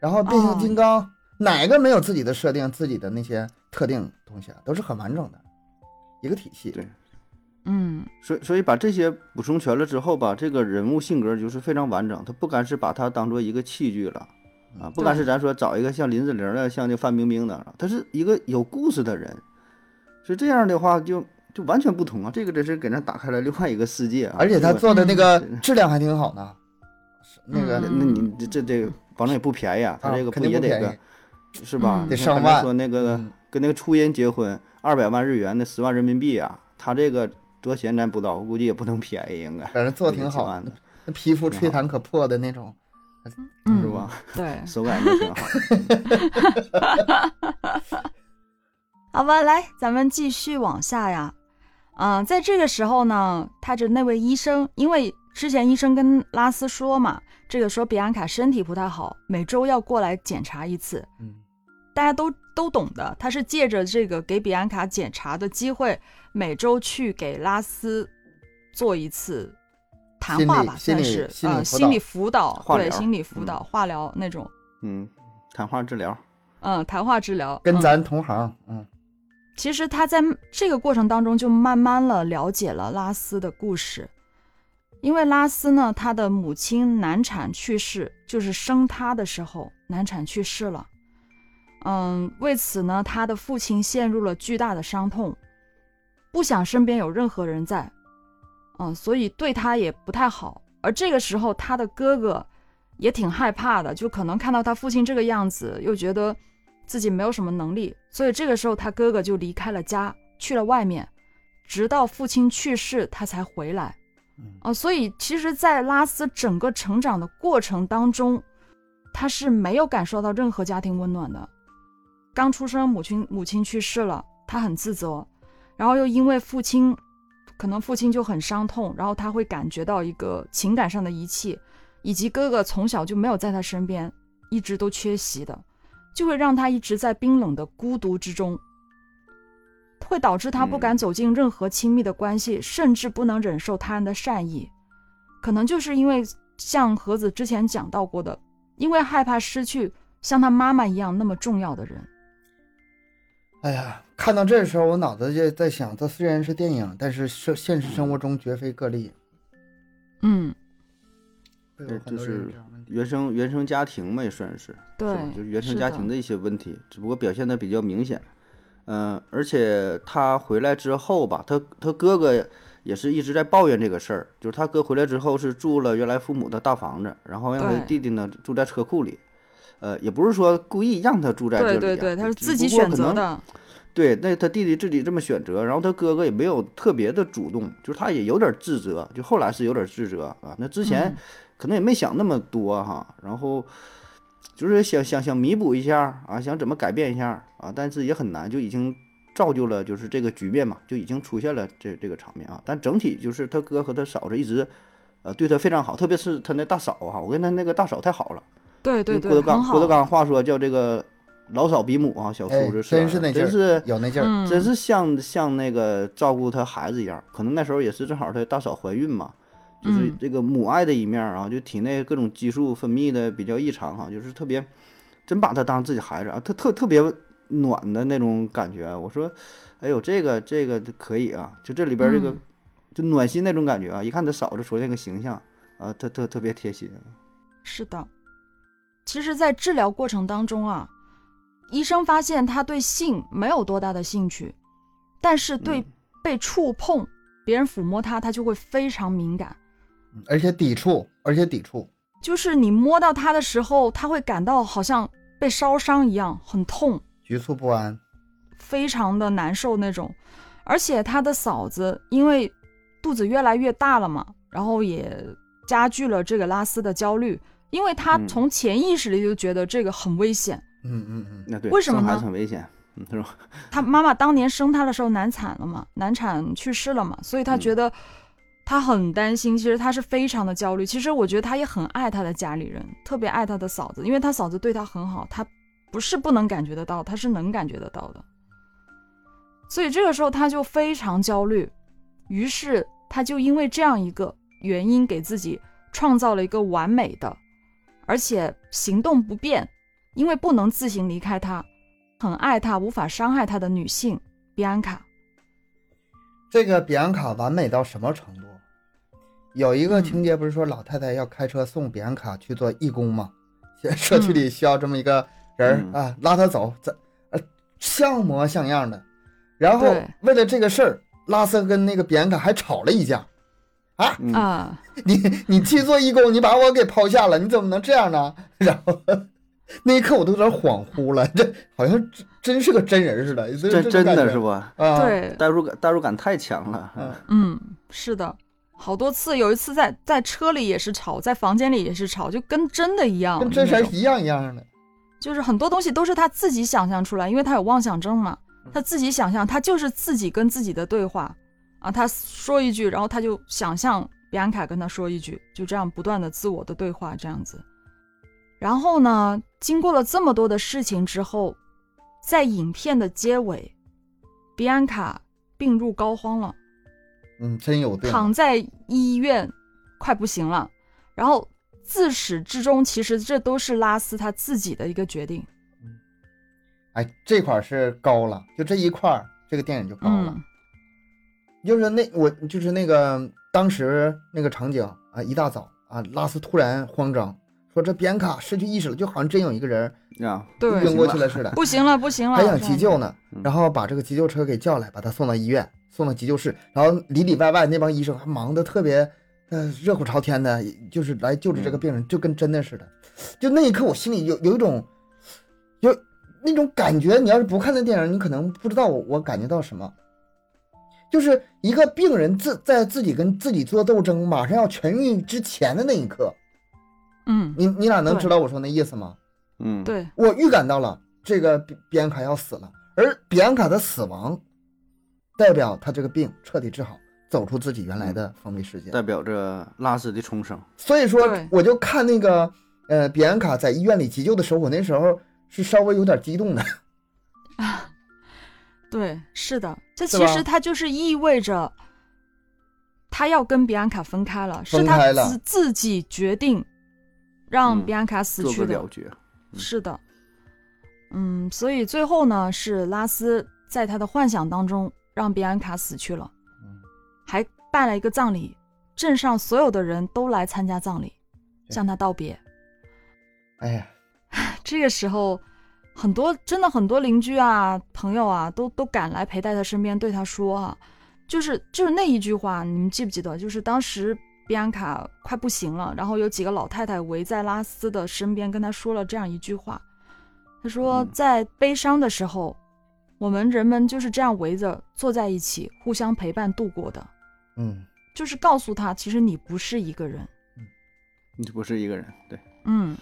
Speaker 3: 然后变
Speaker 1: 哦
Speaker 3: 形金刚，哪个没有自己的设定、自己的那些特定东西啊？都是很完整的一个体系。
Speaker 2: 对
Speaker 1: 嗯，
Speaker 2: 所以所以把这些补充全了之后吧，这个人物性格就是非常完整，他不敢是把他当做一个器具了。啊，不敢是咱说找一个像林志玲的，像那范冰冰的，他是一个有故事的人，所以这样的话就就完全不同啊！这个真是给咱打开了另外一个世界啊！
Speaker 3: 而且他
Speaker 2: 这个
Speaker 3: 做的那个
Speaker 2: 嗯
Speaker 3: 质量还挺好呢，是那个
Speaker 1: 嗯
Speaker 2: 那你这这这反正也不便宜啊，他
Speaker 3: 啊
Speaker 2: 这个
Speaker 3: 肯
Speaker 2: 不也
Speaker 3: 定不
Speaker 2: 得
Speaker 3: 便
Speaker 2: 个呃
Speaker 3: 宜，
Speaker 2: 是吧？
Speaker 1: 嗯
Speaker 3: 得
Speaker 2: 你
Speaker 3: 上
Speaker 2: 看刚才
Speaker 3: 万
Speaker 2: 说那个
Speaker 3: 嗯
Speaker 2: 跟那个初音结婚，二百万日元的十万人民币啊，他这个多少钱咱不知道，我估计也不能便宜，应该
Speaker 3: 反正做的挺
Speaker 2: 几
Speaker 3: 好
Speaker 2: 万，的，
Speaker 3: 那皮肤
Speaker 2: 挺
Speaker 3: 吹
Speaker 2: 好
Speaker 3: 弹可破的那种，
Speaker 1: 嗯，
Speaker 2: 是吧？
Speaker 1: 对，
Speaker 2: 手感也 挺好。
Speaker 1: 好吧，来，咱们继续往下呀。嗯、在这个时候呢，他的那位医生，因为之前医生跟拉斯说嘛，这个说比安卡身体不太好，每周要过来检查一次，
Speaker 3: 嗯，
Speaker 1: 大家都都懂的。他是借着这个给比安卡检查的机会，每周去给拉斯做一次谈话吧，
Speaker 3: 心
Speaker 1: 算
Speaker 3: 理
Speaker 1: 是
Speaker 3: 心理
Speaker 1: 呃
Speaker 3: 心理辅导嗯
Speaker 1: 心理辅导，
Speaker 2: 化
Speaker 1: 对
Speaker 2: 疗
Speaker 1: 心理辅导、化疗那种，
Speaker 2: 嗯，谈话治疗，
Speaker 1: 嗯、谈话治疗，
Speaker 3: 跟
Speaker 1: 嗯
Speaker 3: 咱同行，嗯，
Speaker 1: 其实他在这个过程当中就慢慢了了解了拉斯的故事，因为拉斯呢，他的母亲难产去世，就是生他的时候难产去世了。嗯，为此呢，他的父亲陷入了巨大的伤痛，不想身边有任何人在，嗯，所以对他也不太好。而这个时候，他的哥哥也挺害怕的，就可能看到他父亲这个样子，又觉得自己没有什么能力，所以这个时候他哥哥就离开了家，去了外面，直到父亲去世，他才回来
Speaker 3: 嗯。
Speaker 1: 啊、所以其实，在拉斯整个成长的过程当中，他是没有感受到任何家庭温暖的。刚出生，母亲母亲去世了，他很自责，然后又因为父亲，可能父亲就很伤痛，然后他会感觉到一个情感上的遗弃，以及哥哥从小就没有在他身边，一直都缺席的。就会让他一直在冰冷的孤独之中，会导致他不敢
Speaker 2: 嗯
Speaker 1: 走进任何亲密的关系，甚至不能忍受他人的善意。可能就是因为像盒子之前讲到过的，因为害怕失去像他妈妈一样那么重要的人。
Speaker 3: 哎呀，看到这时候，我脑子就在想，这虽然是电影，但是现现实生活中绝非个例，
Speaker 1: 嗯，
Speaker 3: 会
Speaker 2: 对
Speaker 3: 有很
Speaker 2: 就
Speaker 3: 多人有
Speaker 2: 是
Speaker 3: 这样的问题
Speaker 2: 原生原生家庭嘛，也算是。
Speaker 1: 对
Speaker 2: 是吧，就是原生
Speaker 1: 是
Speaker 2: 家
Speaker 1: 的
Speaker 2: 庭的一些问题，只不过表现的比较明显。嗯、而且他回来之后吧，他他哥哥也是一直在抱怨这个事儿，就是他哥回来之后是住了原来父母的大房子，然后让他
Speaker 1: 对
Speaker 2: 弟弟呢住在车库里。呃，也不是说故意让他住在这里、
Speaker 1: 对
Speaker 2: 啊，
Speaker 1: 对对，他是
Speaker 2: 只
Speaker 1: 自
Speaker 2: 不
Speaker 1: 己
Speaker 2: 过
Speaker 1: 选
Speaker 2: 可
Speaker 1: 择
Speaker 2: 能
Speaker 1: 的。
Speaker 2: 对，那他弟弟自己这么选择，然后他哥哥也没有特别的主动，就是他也有点自责，就后来是有点自责啊。那之前
Speaker 1: 嗯
Speaker 2: 可能也没想那么多哈，然后就是想想想弥补一下啊，想怎么改变一下啊，但是也很难，就已经造就了就是这个局面嘛，就已经出现了这这个场面啊。但整体就是他哥和他嫂子一直呃对他非常好，特别是他那大嫂哈、我跟他那个大嫂太好了。
Speaker 1: 对对
Speaker 2: 用
Speaker 1: 对，
Speaker 2: 郭德
Speaker 1: 很
Speaker 2: 纲
Speaker 1: 好。
Speaker 2: 郭德纲话说叫这个老少比母啊，小
Speaker 3: 哎
Speaker 2: 叔子
Speaker 3: 真
Speaker 2: 儿
Speaker 3: 是那劲
Speaker 2: 真
Speaker 3: 儿
Speaker 2: 是。
Speaker 3: 有那劲儿，
Speaker 1: 嗯，
Speaker 2: 真是像像那个照顾他孩子一样，可能那时候也是正好他大嫂怀孕嘛，就是
Speaker 1: 嗯
Speaker 2: 这个母爱的一面啊，就体内各种激素分泌的比较异常哈、就是特别真把他当自己孩子啊，他特特别暖的那种感觉。我说，哎呦，这个这个可以啊，就这里边这个、
Speaker 1: 嗯
Speaker 2: 就暖心那种感觉啊，一看他嫂子出来那个形象啊，特特特别贴心。
Speaker 1: 嗯是的，其实，在治疗过程当中啊，医生发现他对性没有多大的兴趣，但是对
Speaker 2: 嗯
Speaker 1: 被触碰、别人抚摸他，他就会非常敏感。
Speaker 3: 嗯而且抵触，而且抵触，
Speaker 1: 就是你摸到他的时候，他会感到好像被烧伤一样，很痛，
Speaker 3: 局促不安，
Speaker 1: 非常的难受那种。而且他的嫂子因为肚子越来越大了嘛，然后也加剧了这个拉斯的焦虑，因为他
Speaker 2: 嗯
Speaker 1: 从潜意识里就觉得这个很危险。
Speaker 3: 嗯嗯嗯，
Speaker 2: 那对，
Speaker 1: 为什么
Speaker 2: 生孩
Speaker 1: 呢
Speaker 2: 子很危险，嗯，是吧？
Speaker 1: 他妈妈当年生他的时候难产了嘛，难产去世了嘛，所以他觉得他很担心。其实他是非常的焦虑。其实我觉得他也很爱他的家里人，特别爱他的嫂子，因为他嫂子对他很好，他不是不能感觉得到，他是能感觉得到的。所以这个时候他就非常焦虑，于是他就因为这样一个原因，给自己创造了一个完美的，而且行动不便，因为不能自行离开他，很爱他、无法伤害他的女性比安卡。
Speaker 3: 这个比安卡完美到什么程度？有一个
Speaker 1: 嗯
Speaker 3: 情节不是说老太太要开车送比安卡去做义工吗？ 现在社区里需要这么一个人、
Speaker 2: 嗯
Speaker 3: 儿啊，拉她走，咱呃像模像样的。然后
Speaker 1: 对
Speaker 3: 为了这个事儿，拉瑟跟那个比安卡还吵了一架。啊，
Speaker 2: 嗯
Speaker 1: 啊，
Speaker 3: 你你七做义工，你把我给抛下了，你怎么能这样呢？ 然后那一刻我都有点恍惚了，这好像真真是个真人似的，这
Speaker 2: 真真的是
Speaker 3: 吧？
Speaker 2: 吧？
Speaker 3: 啊，，
Speaker 1: 对，
Speaker 2: 代入感代入感太强了。
Speaker 3: 嗯
Speaker 1: 嗯，是的，好多次，有一次在在车里也是吵，在房间里也是吵，就跟真的一样，
Speaker 3: 跟真
Speaker 1: 那
Speaker 3: 人
Speaker 1: 种
Speaker 3: 一样一样的。
Speaker 1: 就是很多东西都是他自己想象出来，因为他有妄想症嘛
Speaker 3: 嗯，
Speaker 1: 他自己想象，他就是自己跟自己的对话啊，他说一句，然后他就想象比安卡跟他说一句，就这样不断的自我的对话这样子。然后呢，经过了这么多的事情之后，在影片的结尾，比安卡病入膏肓了。
Speaker 3: 嗯，真有病。
Speaker 1: 躺在医院，快不行了。然后自始至终，其实这都是拉斯他自己的一个决定。
Speaker 3: 哎，这块儿是高了，就这一块儿，这个电影就高了。
Speaker 1: 嗯
Speaker 3: 就是那我就是那个当时那个场景啊，一大早啊，拉斯突然慌张，说这比安卡失去意识了，就好像真有一个人
Speaker 2: 啊，
Speaker 1: 对，
Speaker 3: 晕过去了似的，
Speaker 1: 不行了，不行了，
Speaker 3: 还想
Speaker 1: 这
Speaker 3: 急
Speaker 1: 样
Speaker 3: 救呢
Speaker 2: 嗯，
Speaker 3: 然后把这个急救车给叫来，把他送到医院，送到急救室，然后里里外外那帮医生还忙得特别，呃，热火朝天的，就是来救治这个病人，就跟真的似的。就那一刻，我心里有有一种，有那种感觉，你要是不看那电影，你可能不知道我我感觉到什么。就是一个病人自在自己跟自己做斗争，马上要痊愈之前的那一刻，
Speaker 1: 嗯，
Speaker 3: 你你俩能
Speaker 1: 对
Speaker 3: 知道我说那意思吗？
Speaker 2: 嗯，，
Speaker 1: 对，
Speaker 3: 我预感到了这个比比安卡要死了，而比安卡的死亡，代表他这个病彻底治好，走出自己原来的封闭世界。
Speaker 2: 代表着拉斯的重生。
Speaker 3: 所以说
Speaker 1: 对，
Speaker 3: 我就看那个呃，比安卡在医院里急救的时候，我那时候是稍微有点激动的。
Speaker 1: 对，是的，这
Speaker 3: 是
Speaker 1: 其
Speaker 3: 吧
Speaker 1: 实它就是意味着他要跟比安卡分开了，是
Speaker 3: 分
Speaker 1: 他
Speaker 3: 开了
Speaker 1: 自自己决定让
Speaker 2: 嗯
Speaker 1: 比安卡死
Speaker 2: 做
Speaker 1: 去
Speaker 2: 个
Speaker 1: 的。
Speaker 2: 了结，嗯
Speaker 1: 是的，嗯，所以最后呢，是拉斯在他的幻想当中让比安卡死去了，
Speaker 3: 嗯
Speaker 1: 还办了一个葬礼，镇上所有的人都来参加葬礼，
Speaker 3: 对
Speaker 1: 向他道别。
Speaker 3: 哎呀，
Speaker 1: 这个时候，很多真的很多邻居啊、朋友啊，都都赶来陪在他身边，对他说啊，就是就是那一句话，你们记不记得？就是当时比安卡快不行了，然后有几个老太太围在拉斯的身边，跟他说了这样一句话，他说
Speaker 2: 嗯
Speaker 1: 在悲伤的时候，我们人们就是这样围着坐在一起，互相陪伴度过的，
Speaker 3: 嗯，
Speaker 1: 就是告诉他，其实你不是一个人。
Speaker 2: 你不是一个人，对，
Speaker 1: 嗯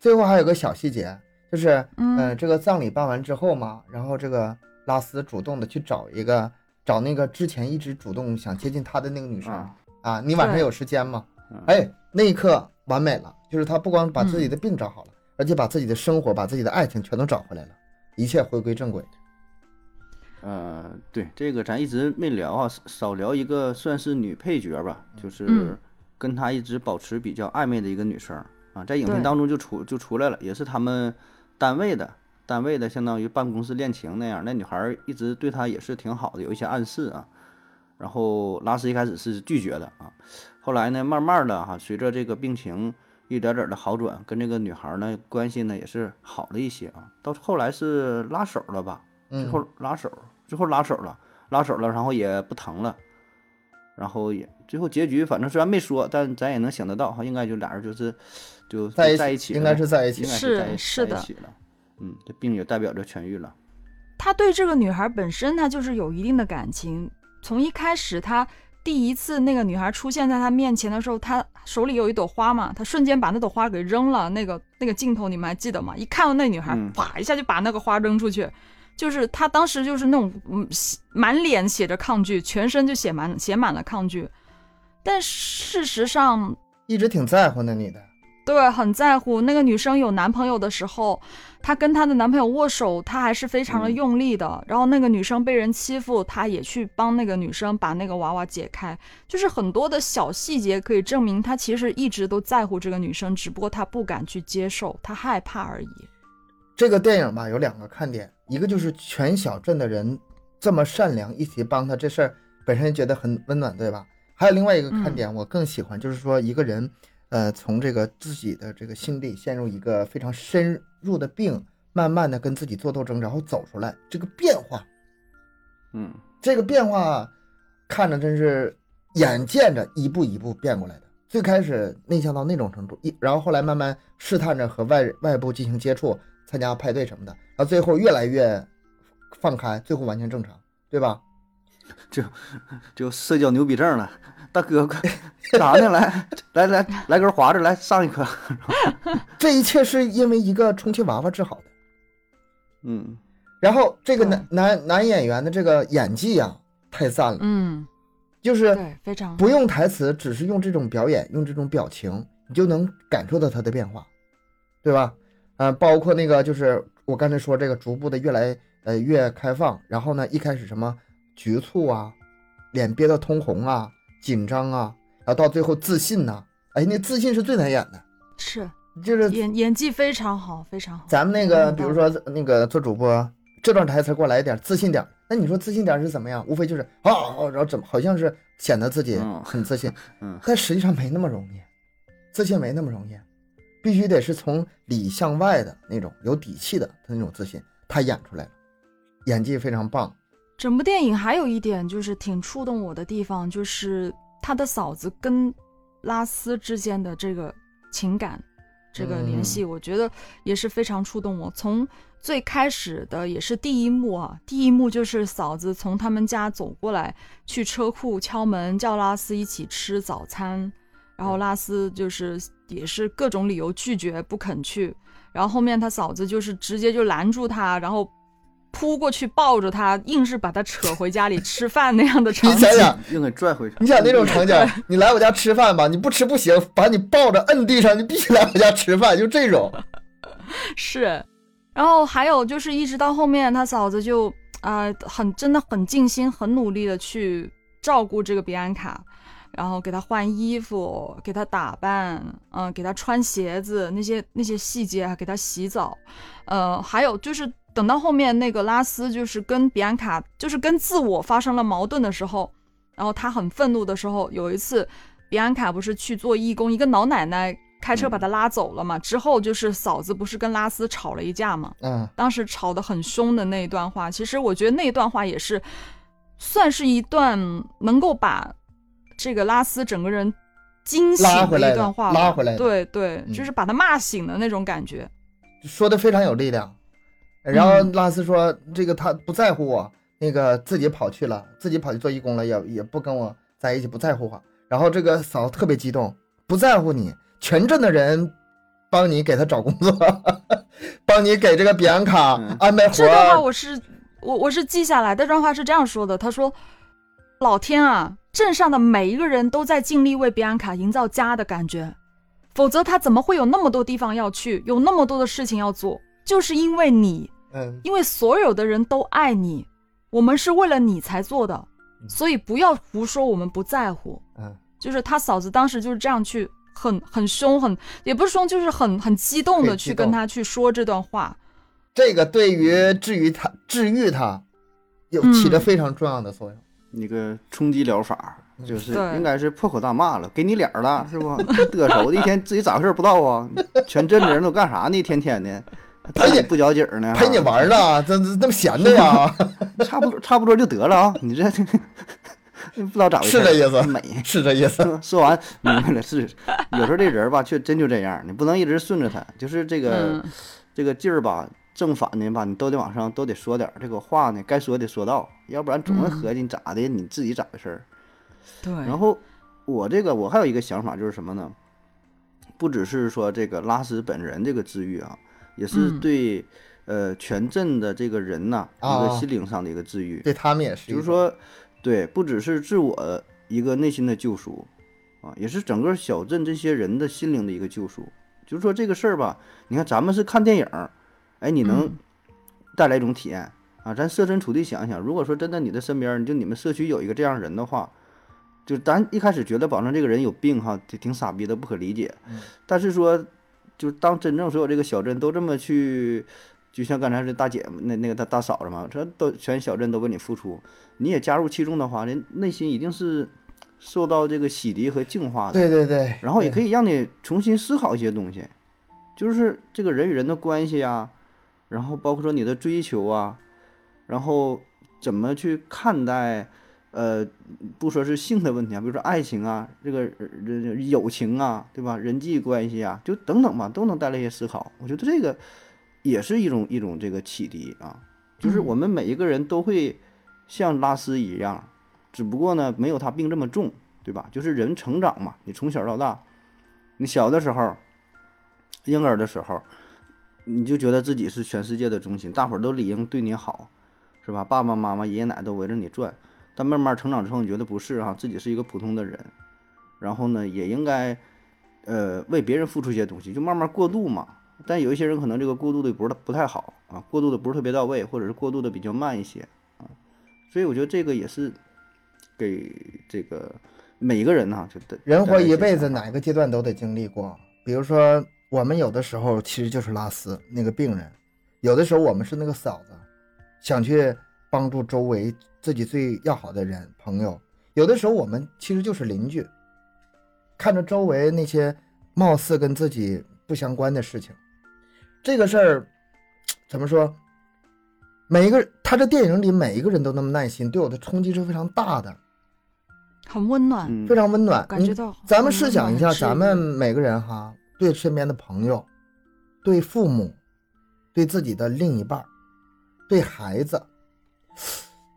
Speaker 3: 最后还有个小细节，就是
Speaker 1: 嗯
Speaker 3: 呃，这个葬礼办完之后嘛，然后这个拉斯主动的去找一个找那个之前一直主动想接近他的那个女生。
Speaker 2: 啊，
Speaker 3: 啊，你晚上
Speaker 1: 对
Speaker 3: 有时间吗
Speaker 2: 嗯？
Speaker 3: 哎，那一刻完美了，就是他不光把自己的病找好了，而且把自己的生活、把自己的爱情全都找回来了，一切回归正轨。
Speaker 2: 呃，对，这个咱一直没聊啊，少少聊一个算是女配角吧，就是
Speaker 1: 嗯
Speaker 2: 跟她一直保持比较暧昧的一个女生啊，在影
Speaker 1: 对
Speaker 2: 片当中就出就出来了，也是他们单位的单位的，相当于办公室恋情那样。那女孩儿一直对她也是挺好的，有一些暗示啊。然后拉斯一开始是拒绝的啊，后来呢，慢慢的哈、随着这个病情一点点的好转，跟这个女孩儿呢关系呢也是好了一些啊。到后来是拉手了吧？
Speaker 3: 嗯
Speaker 2: 最后拉手，最后拉手了，拉手了，然后也不疼了，然后也最后结局，反正虽然没说，但咱也能想得到哈，应该就俩人就是就
Speaker 3: 在
Speaker 2: 就
Speaker 3: 一
Speaker 2: 在一
Speaker 3: 起
Speaker 2: 起
Speaker 3: 应
Speaker 2: 了
Speaker 3: 该是在一
Speaker 2: 应
Speaker 3: 起
Speaker 2: 该。
Speaker 1: 是
Speaker 2: 在一
Speaker 1: 是
Speaker 2: 在
Speaker 1: 的
Speaker 2: 一起了，嗯，这病也代表着痊愈了，
Speaker 1: 他对这个女孩本身，他就是有一定的感情。从一开始，他第一次那个女孩出现在他面前的时候，他手里有一朵花嘛，他瞬间把那朵花给扔了。那个那个镜头你们还记得吗？一看到那女孩
Speaker 2: 嗯，
Speaker 1: 啪、一下就把那个花扔出去，就是他当时就是那种嗯写满脸写着抗拒，全身就写满写满了抗拒。但事实上，
Speaker 3: 一直挺在乎那女的，
Speaker 1: 对，很在乎。那个女生有男朋友的时候，她跟她的男朋友握手，她还是非常的
Speaker 2: 嗯
Speaker 1: 用力的。然后那个女生被人欺负，她也去帮那个女生把那个娃娃解开。就是很多的小细节可以证明，她其实一直都在乎这个女生，只不过她不敢去接受，她害怕而已。
Speaker 3: 这个电影吧，有两个看点，一个就是全小镇的人这么善良，一起帮他这事儿本身觉得很温暖，对吧？还有另外一个看点，我更喜欢，就是说一个人，呃，从这个自己的这个心里陷入一个非常深入的病，慢慢的跟自己做斗争，然后走出来，这个变化，
Speaker 2: 嗯，
Speaker 3: 这个变化，看着真是眼见着一步一步变过来的。最开始内向到那种程度，一然后后来慢慢试探着和外外部进行接触，参加派对什么的，然后最后越来越放开，最后完全正常，对吧？
Speaker 2: 就社交牛逼症了。大哥， 快拿呢？来来来来根华子，来上一颗。
Speaker 3: 这一切是因为一个充气娃娃治好的。
Speaker 2: 嗯，
Speaker 3: 然后这个男男男演员的这个演技呀、太赞了，
Speaker 1: 嗯嗯，
Speaker 3: 就是
Speaker 1: 对，非常
Speaker 3: 不用台词，只是用这种表演，用这种表情，你就能感受到他的变化，对吧？呃，包括那个就是我刚才说这个逐步的越来呃越开放，然后呢一开始什么局促啊，脸憋得通红啊，紧张啊，然后到最后自信呐、哎，那自信是最难演的，
Speaker 1: 是
Speaker 3: 就是
Speaker 1: 演演技非常好，非常好。
Speaker 3: 咱们那个，
Speaker 1: 嗯
Speaker 3: 比如说那个做主播，这段台词给我来一点儿自信点儿。那你说自信点儿是怎么样？无非就是啊、哦，然后怎么好像是显得自己
Speaker 2: 嗯
Speaker 3: 很自信，
Speaker 2: 嗯
Speaker 3: 但实际上没那么容易，自信没那么容易，必须得是从里向外的那种有底气的他那种自信，他演出来了，演技非常棒。
Speaker 1: 整部电影还有一点就是挺触动我的地方，就是他的嫂子跟拉斯之间的这个情感，这个联系，我觉得也是非常触动我。从最开始的也是第一幕啊，第一幕就是嫂子从他们家走过来，去车库敲门叫拉斯一起吃早餐，然后拉斯就是也是各种理由拒绝不肯去，然后后面他嫂子就是直接就拦住他，然后扑过去抱着他，硬是把他扯回家里吃饭那样的场
Speaker 3: 你
Speaker 1: 景
Speaker 3: 想。想，
Speaker 2: 又给拽回去。嗯
Speaker 3: 你想那种场景，你来我家吃饭吧，你不吃不行，把你抱着摁地上，你必须来我家吃饭，就这种。
Speaker 1: 是，然后还有就是一直到后面，他嫂子就啊、呃很真的很尽心、很努力的去照顾这个比安卡，然后给她换衣服，给她打扮，嗯、给她穿鞋子那些那些细节，啊还给她洗澡，呃，还有就是等到后面那个拉斯就是跟比安卡就是跟自我发生了矛盾的时候，然后他很愤怒的时候，有一次比安卡不是去做义工，一个老奶奶开
Speaker 3: 嗯
Speaker 1: 车把他拉走了嘛，之后就是嫂子不是跟拉斯吵了一架嘛，
Speaker 3: 嗯，
Speaker 1: 当时吵得很凶的那一段话，其实我觉得那一段话也是算是一段能够把这个拉斯整个人惊醒
Speaker 3: 拉回
Speaker 1: 的
Speaker 3: 来的
Speaker 1: 一段话吧，
Speaker 3: 拉回来的
Speaker 1: 对对，
Speaker 3: 嗯
Speaker 1: 就是把他骂醒的那种感觉，
Speaker 3: 说的非常有力量。然
Speaker 2: 嗯
Speaker 3: 后拉斯说：“这个他不在乎我，那个自己跑去了，自己跑去做义工了，也也不跟我在一起，不在乎我。”然后这个嫂子特别激动，不在乎你，全镇的人帮你给他找工作， 帮你给这个比安卡
Speaker 2: 嗯
Speaker 3: 安排活
Speaker 1: 这段话
Speaker 3: 儿。
Speaker 1: 我是我我是记下来，这段话是这样说的，他说：“老天啊，镇上的每一个人都在尽力为比安卡营造家的感觉，否则他怎么会有那么多地方要去，有那么多的事情要做？就是因为你，
Speaker 3: 嗯，
Speaker 1: 因为所有的人都爱你，我们是为了你才做的，所以不要胡说我们不在乎。”
Speaker 3: 嗯，
Speaker 1: 就是他嫂子当时就是这样去很很凶，很也不是凶，就是很很激动的
Speaker 3: 很激
Speaker 1: 去跟
Speaker 3: 动
Speaker 1: 他去说这段话。
Speaker 3: 这个对于治愈他、治愈他，有
Speaker 1: 嗯
Speaker 3: 起着非常重要的作用。
Speaker 2: 那个冲击疗法，就是
Speaker 1: 对
Speaker 2: 应该是破口大骂了，给你脸儿 了，是不？得手的一天自己咋回事儿不知道啊？全镇的人都干啥呢？一天天的，
Speaker 3: 陪你
Speaker 2: 不交警呢？
Speaker 3: 陪你玩儿呢，这这这么闲的呀？
Speaker 2: 差不多差不多就得了啊！你这 不知道咋回事儿，
Speaker 3: 是这意思
Speaker 2: 美。
Speaker 3: 是这意思。
Speaker 2: 说说完明白了，是有时候这人儿吧，却真就这样儿，你不能一直顺着他，就是这个、
Speaker 1: 嗯，
Speaker 2: 这个劲儿吧，正反的吧，你都得往上都得说点儿，这个话呢该说得说到，要不然总会
Speaker 1: 嗯
Speaker 2: 合计你咋的，你自己咋回事儿。
Speaker 1: 对。
Speaker 2: 然后我这个我还有一个想法就是什么呢？不只是说这个拉斯本人这个治愈啊，也是
Speaker 1: 嗯
Speaker 2: 对、呃全镇的这个人呐、一
Speaker 3: 啊
Speaker 2: 个心灵上的一个治愈。
Speaker 3: 对他们也是一
Speaker 2: 比
Speaker 3: 种，
Speaker 2: 如说，对，不只是自我一个内心的救赎啊，也是整个小镇这些人的心灵的一个救赎。就是说这个事儿吧，你看咱们是看电影儿，哎，你能
Speaker 1: 嗯
Speaker 2: 带来一种体验啊。咱设身处地想一想，如果说真的你的身边儿，你就你们社区有一个这样人的话，就咱一开始觉得保证这个人有病哈，挺挺傻逼的，不可理解。
Speaker 3: 嗯
Speaker 2: 但是说，就当真正所有这个小镇都这么去，就像刚才是大姐那那个大大嫂子嘛，这都全小镇都为你付出，你也加入其中的话，人内心一定是受到这个洗涤和净化的。
Speaker 3: 对对对，
Speaker 2: 然后也
Speaker 3: 对
Speaker 2: 可以让你重新思考一些东西，就是这个人与人的关系啊，然后包括说你的追求啊，然后怎么去看待呃，不说是性的问题啊，比如说爱情啊，这个人、呃、友情啊，对吧？人际关系啊，就等等吧，都能带来一些思考。我觉得这个也是一种一种这个启迪啊，就是
Speaker 3: 嗯
Speaker 2: 我们每一个人都会像拉丝一样，只不过呢没有他病这么重，对吧？就是人成长嘛，你从小到大，你小的时候，婴儿的时候，你就觉得自己是全世界的中心，大伙儿都理应对你好，是吧？爸爸妈妈、爷爷奶奶都围着你转。但慢慢成长之后，你觉得不是哈、啊，自己是一个普通的人，然后呢，也应该，呃，为别人付出一些东西，就慢慢过渡嘛。但有一些人可能这个过渡的不是不太好啊，过渡的不是特别到位，或者是过渡的比较慢一些啊。所以我觉得这个也是给这个每个人呢、啊，就
Speaker 3: 人活一辈
Speaker 2: 嗯
Speaker 3: 子，哪个阶段都得经历过。比如说，我们有的时候其实就是拉丝那个病人，有的时候我们是那个嫂子，想去帮助周围。自己最要好的人朋友，有的时候我们其实就是邻居，看着周围那些貌似跟自己不相关的事情，这个事儿怎么说？每一个他这电影里每一个人都那么耐心，对我的冲击是非常大的，
Speaker 1: 很温暖，
Speaker 2: 嗯
Speaker 3: 非常温暖。
Speaker 1: 感觉到
Speaker 3: 嗯咱们试想一下，
Speaker 1: 很治愈
Speaker 3: 咱们每个人哈，对身边的朋友、对父母、对自己的另一半儿、对孩子，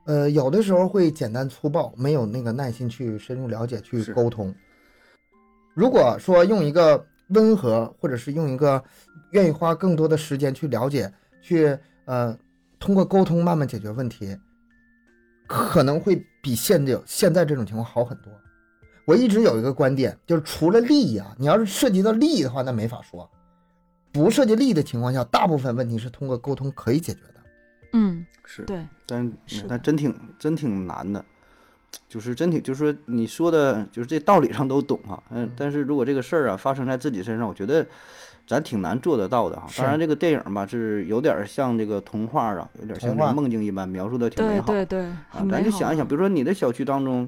Speaker 3: 呃，有的时候会简单粗暴，没有那个耐心去深入了解、去
Speaker 2: 是
Speaker 3: 沟通。如果说用一个温和，或者是用一个愿意花更多的时间去了解、去呃通过沟通慢慢解决问题，可能会比现在现在这种情况好很多。我一直有一个观点，就是除了利益啊，你要是涉及到利益的话，那没法说；不涉及利益的情况下，大部分问题是通过沟通可以解决的。
Speaker 1: 嗯，
Speaker 2: 是
Speaker 1: 对，
Speaker 2: 但
Speaker 1: 是的
Speaker 2: 但真挺真挺难的，就是真挺就是说你说的，就是这道理上都懂哈、嗯
Speaker 3: 嗯，
Speaker 2: 但是如果这个事儿啊发生在自己身上，我觉得咱挺难做得到的哈、
Speaker 3: 是
Speaker 2: 当然，这个电影吧是有点儿像这个童话啊，有点儿像
Speaker 3: 童
Speaker 2: 这个
Speaker 3: 话
Speaker 2: 梦境一般，描述的挺美
Speaker 1: 对
Speaker 2: 好。
Speaker 1: 对对，
Speaker 2: 啊
Speaker 1: 很，美
Speaker 2: 咱
Speaker 1: 好。嗯
Speaker 2: 就想一想，比如说你的小区当中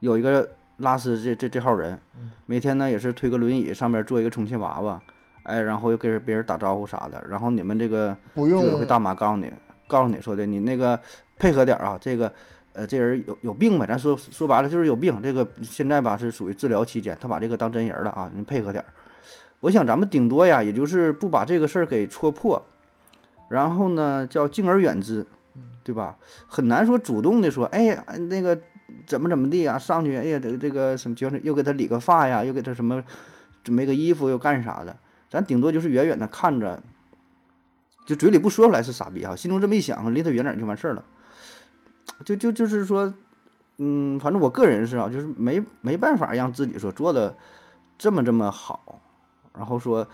Speaker 2: 有一个拉丝这这这号人，
Speaker 1: 嗯
Speaker 2: 每天呢也是推个轮椅，上面坐一个充气娃娃，哎，然后又跟别人打招呼啥的，然后你们这个。
Speaker 3: 不
Speaker 2: 居委
Speaker 3: 用啊
Speaker 2: 会大妈告诉你，告诉你说的，你那个配合点儿啊，这个呃，这人有有病呗，咱说说白了就是有病，这个现在吧是属于治疗期间，他把这个当真人儿了啊，你配合点儿。我想咱们顶多呀，也就是不把这个事儿给戳破，然后呢叫敬而远之，对吧？很难说主动的说，哎呀那个怎么怎么地啊，上去哎呀这个这个什么就是又给他理个发呀，又给他什么准备个衣服又干啥的，咱顶多就是远远的看着，就嘴里不说出来是傻逼哈、心中这么一想，离他远点儿就完事儿了。就就就是说，嗯，反正我个人是啊，就是没没办法让自己说做的这么这么好，然后说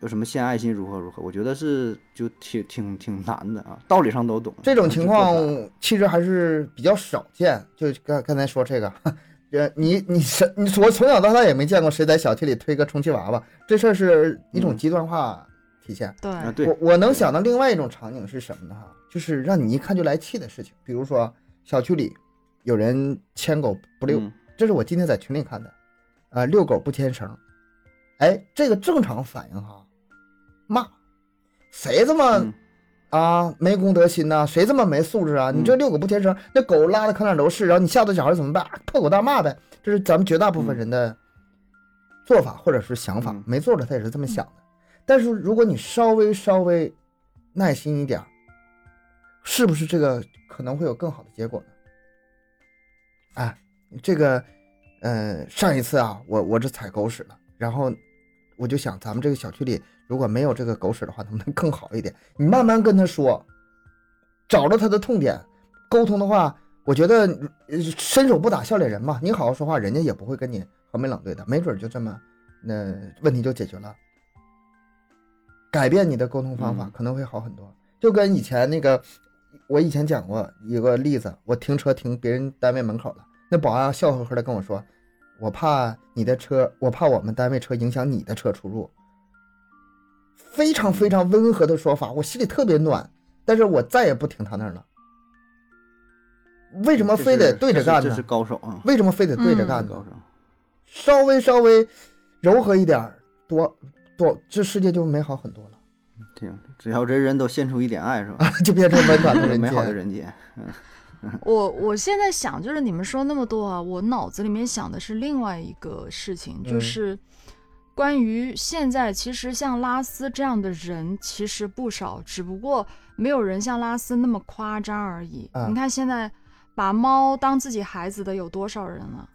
Speaker 2: 有什么献爱心如何如何，我觉得是就挺挺挺难的啊，道理上都懂。啊
Speaker 3: 这种情况
Speaker 2: 就做不到
Speaker 3: 其实还是比较少见。就刚刚才说这个，呃，你你是你我从小到大也没见过谁在小区里推个充气娃娃，这事儿是一种
Speaker 2: 嗯
Speaker 3: 极端化体现。
Speaker 1: 对，
Speaker 2: 啊，对，
Speaker 3: 我我能想到另外一种场景是什么呢？哈，就是让你一看就来气的事情，比如说小区里有人牵狗不遛，
Speaker 2: 嗯
Speaker 3: 这是我今天在群里看的，啊，遛狗不牵绳，哎，这个正常反应哈，骂，谁这么、
Speaker 2: 嗯
Speaker 3: 啊没公德心呐、谁这么没素质啊？你
Speaker 2: 嗯
Speaker 3: 这遛狗不牵绳，那狗拉的可哪儿都是，然后你吓到小孩怎么办？啊破口大骂呗，这是咱们绝大部分人的做法或者是想法，
Speaker 2: 嗯
Speaker 3: 没做着他也是这么想的。但是如果你稍微稍微耐心一点儿，是不是这个可能会有更好的结果呢？哎，这个，呃，上一次啊，我我这踩狗屎了，然后我就想，咱们这个小区里如果没有这个狗屎的话，能不能更好一点？你慢慢跟他说，找着他的痛点，沟通的话，我觉得呃伸手不打笑脸人嘛，你好好说话，人家也不会跟你横眉冷对的，没准就这么，那、问题就解决了。改变你的沟通方法
Speaker 2: 嗯
Speaker 3: 可能会好很多，就跟以前那个，我以前讲过一个例子，我停车停别人单位门口了，那保安笑呵呵的跟我说，我怕你的车，我怕我们单位车影响你的车出入。非常非常温和的说法，我心里特别暖，但是我再也不停他那儿了。为什么
Speaker 2: 这
Speaker 3: 非
Speaker 2: 是
Speaker 3: 得对着
Speaker 2: 这是
Speaker 3: 干
Speaker 2: 这
Speaker 3: 呢
Speaker 2: 是？高手啊，
Speaker 3: 为什么非得对着
Speaker 1: 嗯
Speaker 3: 干呢？
Speaker 2: 高手。
Speaker 3: 稍微稍微柔和一点儿，多多这世界就美好很多了，
Speaker 2: 挺，只要人人都献出一点爱，是吧？
Speaker 3: 就变成温暖的
Speaker 2: 就是
Speaker 3: 人
Speaker 2: 美好的
Speaker 3: 间。
Speaker 2: 人间。
Speaker 1: 我我现在想，就是你们说那么多啊，我脑子里面想的是另外一个事情，就
Speaker 3: 嗯
Speaker 1: 是关于现在，其实像拉斯这样的人其实不少，只不过没有人像拉斯那么夸张而已。
Speaker 3: 啊
Speaker 1: 你看现在把猫当自己孩子的有多少人了？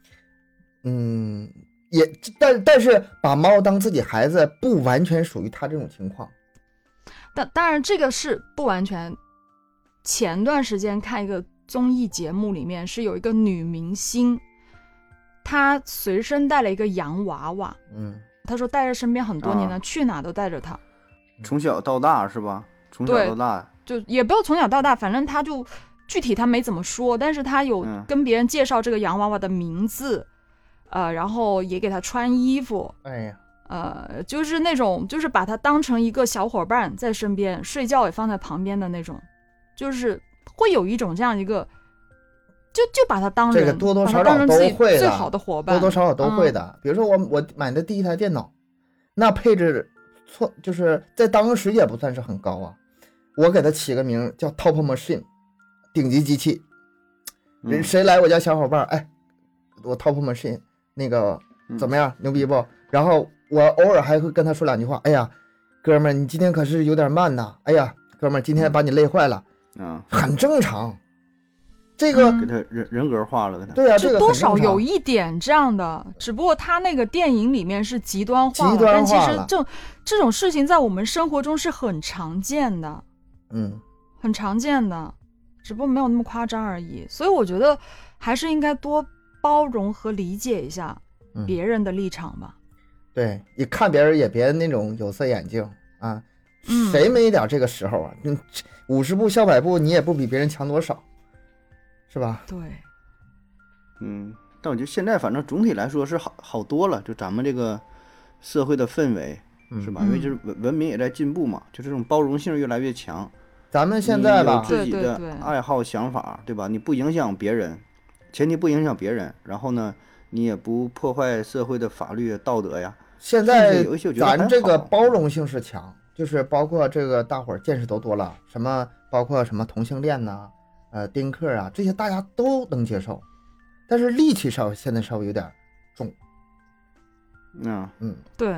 Speaker 3: 嗯，也但但是把猫当自己孩子，不完全属于他这种情况。
Speaker 1: 但当然这个是不完全。前段时间看一个综艺节目，里面是有一个女明星，她随身带了一个洋娃娃。
Speaker 3: 嗯，
Speaker 1: 他说带在身边很多年了，
Speaker 2: 啊
Speaker 1: 去哪都带着它，
Speaker 2: 从小到大是吧？从小
Speaker 1: 对
Speaker 2: 到大，
Speaker 1: 就也不要从小到大，反正他就具体他没怎么说，但是他有
Speaker 2: 嗯
Speaker 1: 跟别人介绍这个洋娃娃的名字，呃，然后也给他穿衣服，
Speaker 3: 哎呀，
Speaker 1: 呃，就是那种就是把他当成一个小伙伴在身边，睡觉也放在旁边的那种，就是会有一种这样一个。就就把他当人，
Speaker 3: 这个多多
Speaker 1: 把它
Speaker 3: 少
Speaker 1: 当
Speaker 3: 少
Speaker 1: 成
Speaker 3: 都
Speaker 1: 自己
Speaker 3: 会
Speaker 1: 最
Speaker 3: 的
Speaker 1: 好的伙伴，
Speaker 3: 多多少少都会
Speaker 1: 嗯
Speaker 3: 的。比如说我我买的第一台电脑，那配置错就是在当时也不算是很高啊。我给它起个名儿叫 Top Machine，顶级机器。人
Speaker 2: 嗯
Speaker 3: 谁来我家小伙伴儿，哎，我 Top Machine 那个怎么样，牛逼不？然后我偶尔还会跟他说两句话，哎呀，哥们儿，你今天可是有点慢呐，哎呀，哥们儿，今天把你累坏了，
Speaker 2: 啊，
Speaker 3: 很正常。这个、
Speaker 1: 嗯
Speaker 2: 给他人人格化了，给他。
Speaker 3: 对呀、啊这
Speaker 1: 就
Speaker 3: 个
Speaker 1: 多
Speaker 3: 很正
Speaker 1: 少
Speaker 3: 常
Speaker 1: 有一点这样的，只不过他那个电影里面是极端化了，
Speaker 3: 极端
Speaker 1: 但其
Speaker 3: 化
Speaker 1: 实
Speaker 3: 了
Speaker 1: 这这种事情在我们生活中是很常见的，
Speaker 3: 嗯，
Speaker 1: 很常见的，只不过没有那么夸张而已。所以我觉得还是应该多包容和理解一下
Speaker 3: 嗯
Speaker 1: 别人的立场吧。
Speaker 3: 对，你看别人也别那种有色眼镜啊，
Speaker 1: 嗯
Speaker 3: 谁没点这个时候啊？你五十步笑百步，你也不比别人强多少，是吧？
Speaker 1: 对，
Speaker 2: 嗯，但我觉得现在反正总体来说是好好多了，就咱们这个社会的氛围
Speaker 3: 嗯
Speaker 2: 是吧？因为就是文文明也在进步嘛，就这种包容性越来越强。
Speaker 3: 咱们现
Speaker 2: 你
Speaker 3: 在
Speaker 2: 有
Speaker 3: 吧，
Speaker 2: 自己
Speaker 1: 对对
Speaker 2: 的
Speaker 1: 对
Speaker 2: 爱好想法，对吧？你不影响别人，前提不影响别人，然后呢，你也不破坏社会的法律道德呀。
Speaker 3: 现在
Speaker 2: 这个游戏我觉得还
Speaker 3: 咱这个
Speaker 2: 好啊
Speaker 3: 包容性是强，就是包括这个大伙儿见识都多了，什么包括什么同性恋呐、呃丁克啊这些大家都能接受，但是戾气稍微现在稍微有点儿，
Speaker 2: 嗯，
Speaker 3: 嗯，
Speaker 1: 对，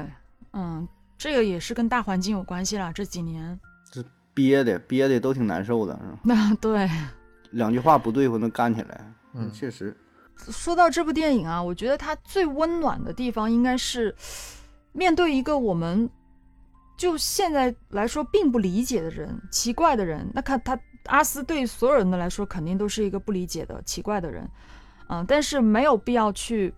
Speaker 1: 嗯，这个也是跟大环境有关系啦。这几年，
Speaker 2: 憋的憋的都挺难受的，是吧
Speaker 1: 那 对，
Speaker 2: 两句话不对付能干起来。
Speaker 3: 嗯
Speaker 2: 确实，
Speaker 1: 说到这部电影啊，我觉得它最温暖的地方应该是面对一个我们就现在来说并不理解的人、奇怪的人。那看他阿斯对所有人的来说，肯定都是一个不理解的、奇怪的人，嗯、但是没有必要去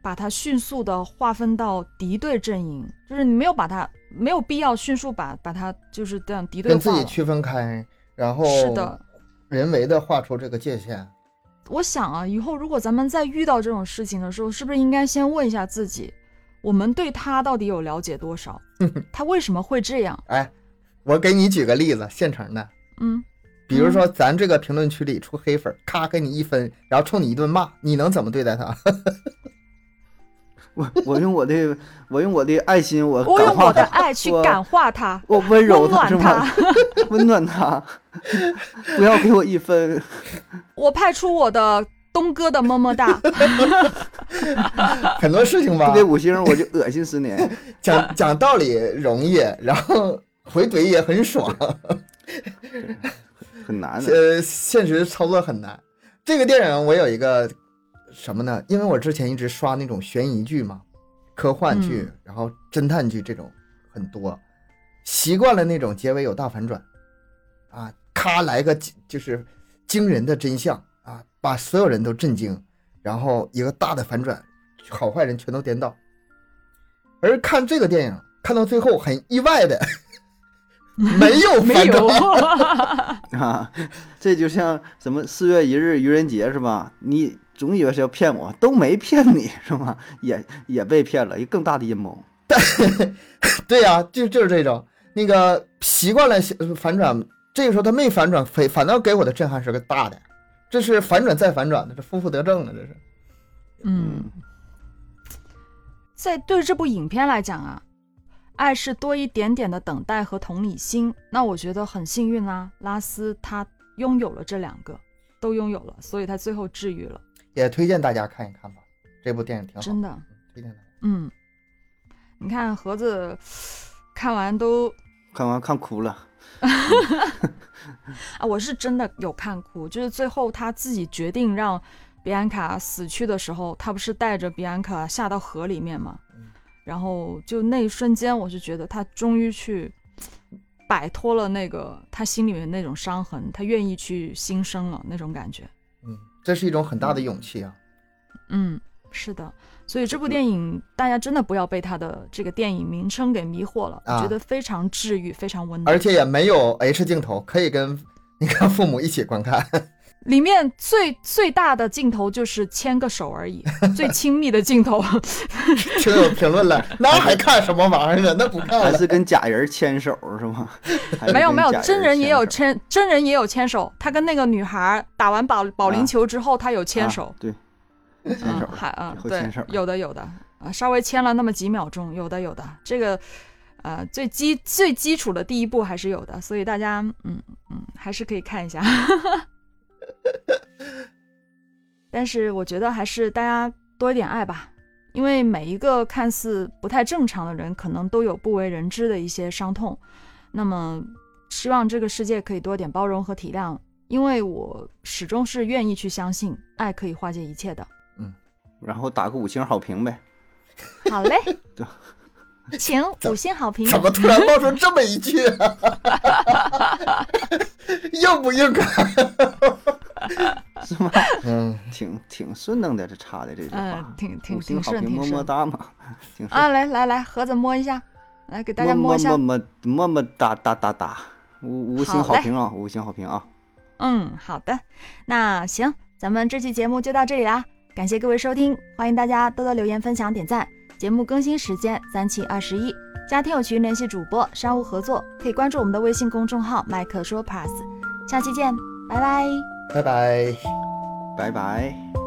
Speaker 1: 把他迅速的划分到敌对阵营，就是你没有把他没有必要迅速把把他就是这样敌对
Speaker 3: 跟
Speaker 1: 化
Speaker 3: 自己
Speaker 1: 了
Speaker 3: 区分开，然后
Speaker 1: 是的，
Speaker 3: 人为的画出这个界限，
Speaker 1: 我想啊，以后如果咱们再遇到这种事情的时候，是不是应该先问一下自己，我们对他到底有了解多少？他为什么会这样？
Speaker 3: 哎，我给你举个例子，现成的，
Speaker 1: 嗯，
Speaker 3: 比如说咱这个评论区里出黑粉儿，咔给你一分，然后冲你一顿骂，你能怎么对待他？
Speaker 2: 我 我用我的我用我的爱心，我
Speaker 1: 我
Speaker 2: 感
Speaker 1: 用
Speaker 2: 化
Speaker 1: 我的
Speaker 2: 他
Speaker 1: 爱去
Speaker 2: 我
Speaker 1: 感化他，
Speaker 2: 我温柔
Speaker 1: 温暖
Speaker 2: 是
Speaker 1: 他
Speaker 2: 吗？ 温暖他，不要给我一分。
Speaker 1: 我派出我的东哥的么么哒。
Speaker 3: 很多事情吧
Speaker 2: 不，给五星我就恶心十年。
Speaker 3: 讲讲道理容易，然后回怼也很爽，
Speaker 2: 很难的。
Speaker 3: 呃，现实操作很难。这个电影我有一个什么呢？因为我之前一直刷那种悬疑剧嘛，科幻剧，然后侦探剧这种很多，习惯了那种结尾有大反转，啊，咔来个惊就是惊人的真相啊，把所有人都震惊，然后一个大的反转，好坏人全都颠倒。而看这个电影，看到最后很意外的， 没有
Speaker 1: 没
Speaker 3: 反转
Speaker 1: 有，嗯
Speaker 2: 啊，这就像什么四月一日愚人节是吧？你总以为是要骗我，都没骗你 是吧？也也被骗了，一个更大的阴谋。
Speaker 3: 对呀、就就是这种那个习惯了呃反转，这个时候他没反转，反反倒给我的震撼是个大的，这是反转再反转的，这负负得正了，这是。
Speaker 1: 嗯，在对这部影片来讲啊，爱是多一点点的等待啊和同理心。那我觉得很幸运啦、拉斯他拥有了这两个。都拥有了，所以他最后治愈了，
Speaker 3: 也推荐大家看一看吧，这部电影挺好，
Speaker 1: 真的。
Speaker 3: 推荐大家。
Speaker 1: 嗯，你看盒子看完都
Speaker 2: 看完看哭了，
Speaker 1: 啊，我是真的有看哭，就是最后他自己决定让比安卡死去的时候，他不是带着比安卡下到河里面嘛
Speaker 3: 嗯，
Speaker 1: 然后就那一瞬间，我是觉得他终于去摆脱了那个他心里面那种伤痕，他愿意去新生了那种感觉。
Speaker 3: 嗯，这是一种很大的勇气啊。
Speaker 1: 嗯，是的，所以这部电影大家真的不要被它的这个电影名称给迷惑了，我
Speaker 3: 啊
Speaker 1: 觉得非常治愈，非常温暖。
Speaker 3: 而且也没有 H 镜头，可以跟 你跟父母一起观看。
Speaker 1: 里面最最大的镜头就是牵个手而 已，最亲密的镜头。
Speaker 3: 听友评论了，那还看什么玩意儿啊？那不看
Speaker 2: 还
Speaker 3: 了。
Speaker 2: 是跟假人牵手是吗？还是
Speaker 1: 没有
Speaker 2: 跟
Speaker 1: 没有
Speaker 2: 假，人
Speaker 1: 真人也有
Speaker 2: 牵手
Speaker 1: 牵，真人也有牵手。他跟那个女孩打完保保龄
Speaker 2: 啊
Speaker 1: 球之后，他有牵手
Speaker 2: 啊，对，牵
Speaker 1: 嗯
Speaker 2: 手，
Speaker 1: 还啊
Speaker 2: 以，后
Speaker 1: 对
Speaker 2: 牵手，
Speaker 1: 有的有的啊，稍微牵了那么几秒钟，有的有的，这个呃最基最基础的第一步还是有的，所以大家嗯嗯还是可以看一下。 但是我觉得还是大家多一点爱吧，因为每一个看似不太正常的人，可能都有不为人知的一些伤痛。那么，希望这个世界可以多点包容和体谅，因为我始终是愿意去相信爱可以化解一切的。
Speaker 2: 然后打个五星好评呗。
Speaker 1: 好嘞
Speaker 2: 对，
Speaker 1: 请五星好评。
Speaker 3: 怎么突然冒出这么一句、啊？ 硬不硬啊？
Speaker 2: 是吗？
Speaker 3: 嗯，
Speaker 2: 挺挺顺当的，这插的这句话
Speaker 1: 嗯，，挺挺
Speaker 2: 五星
Speaker 1: 挺
Speaker 2: 好
Speaker 1: 顺
Speaker 2: 评，
Speaker 1: 挺
Speaker 2: 么
Speaker 1: 顺
Speaker 2: 么哒嘛， 挺顺
Speaker 1: 啊，。来来来，盒子摸一下，来给大家
Speaker 2: 么
Speaker 1: 摸
Speaker 2: 么
Speaker 1: 一下。
Speaker 2: 么么么么哒哒哒哒，五五星
Speaker 1: 好
Speaker 2: 好
Speaker 1: 嘞
Speaker 2: 评啊，五星好评啊，
Speaker 1: 嗯，好的，那行，咱们这期节目就到这里啦，感谢各位收听，欢迎大家多多留言、分享、点赞。节目更新时间三七二十一，加听友群联系主播，商务合作可以关注我们的微信公众号“麦克说 Plus”，下期见，拜拜。
Speaker 3: 拜拜。
Speaker 2: 拜拜。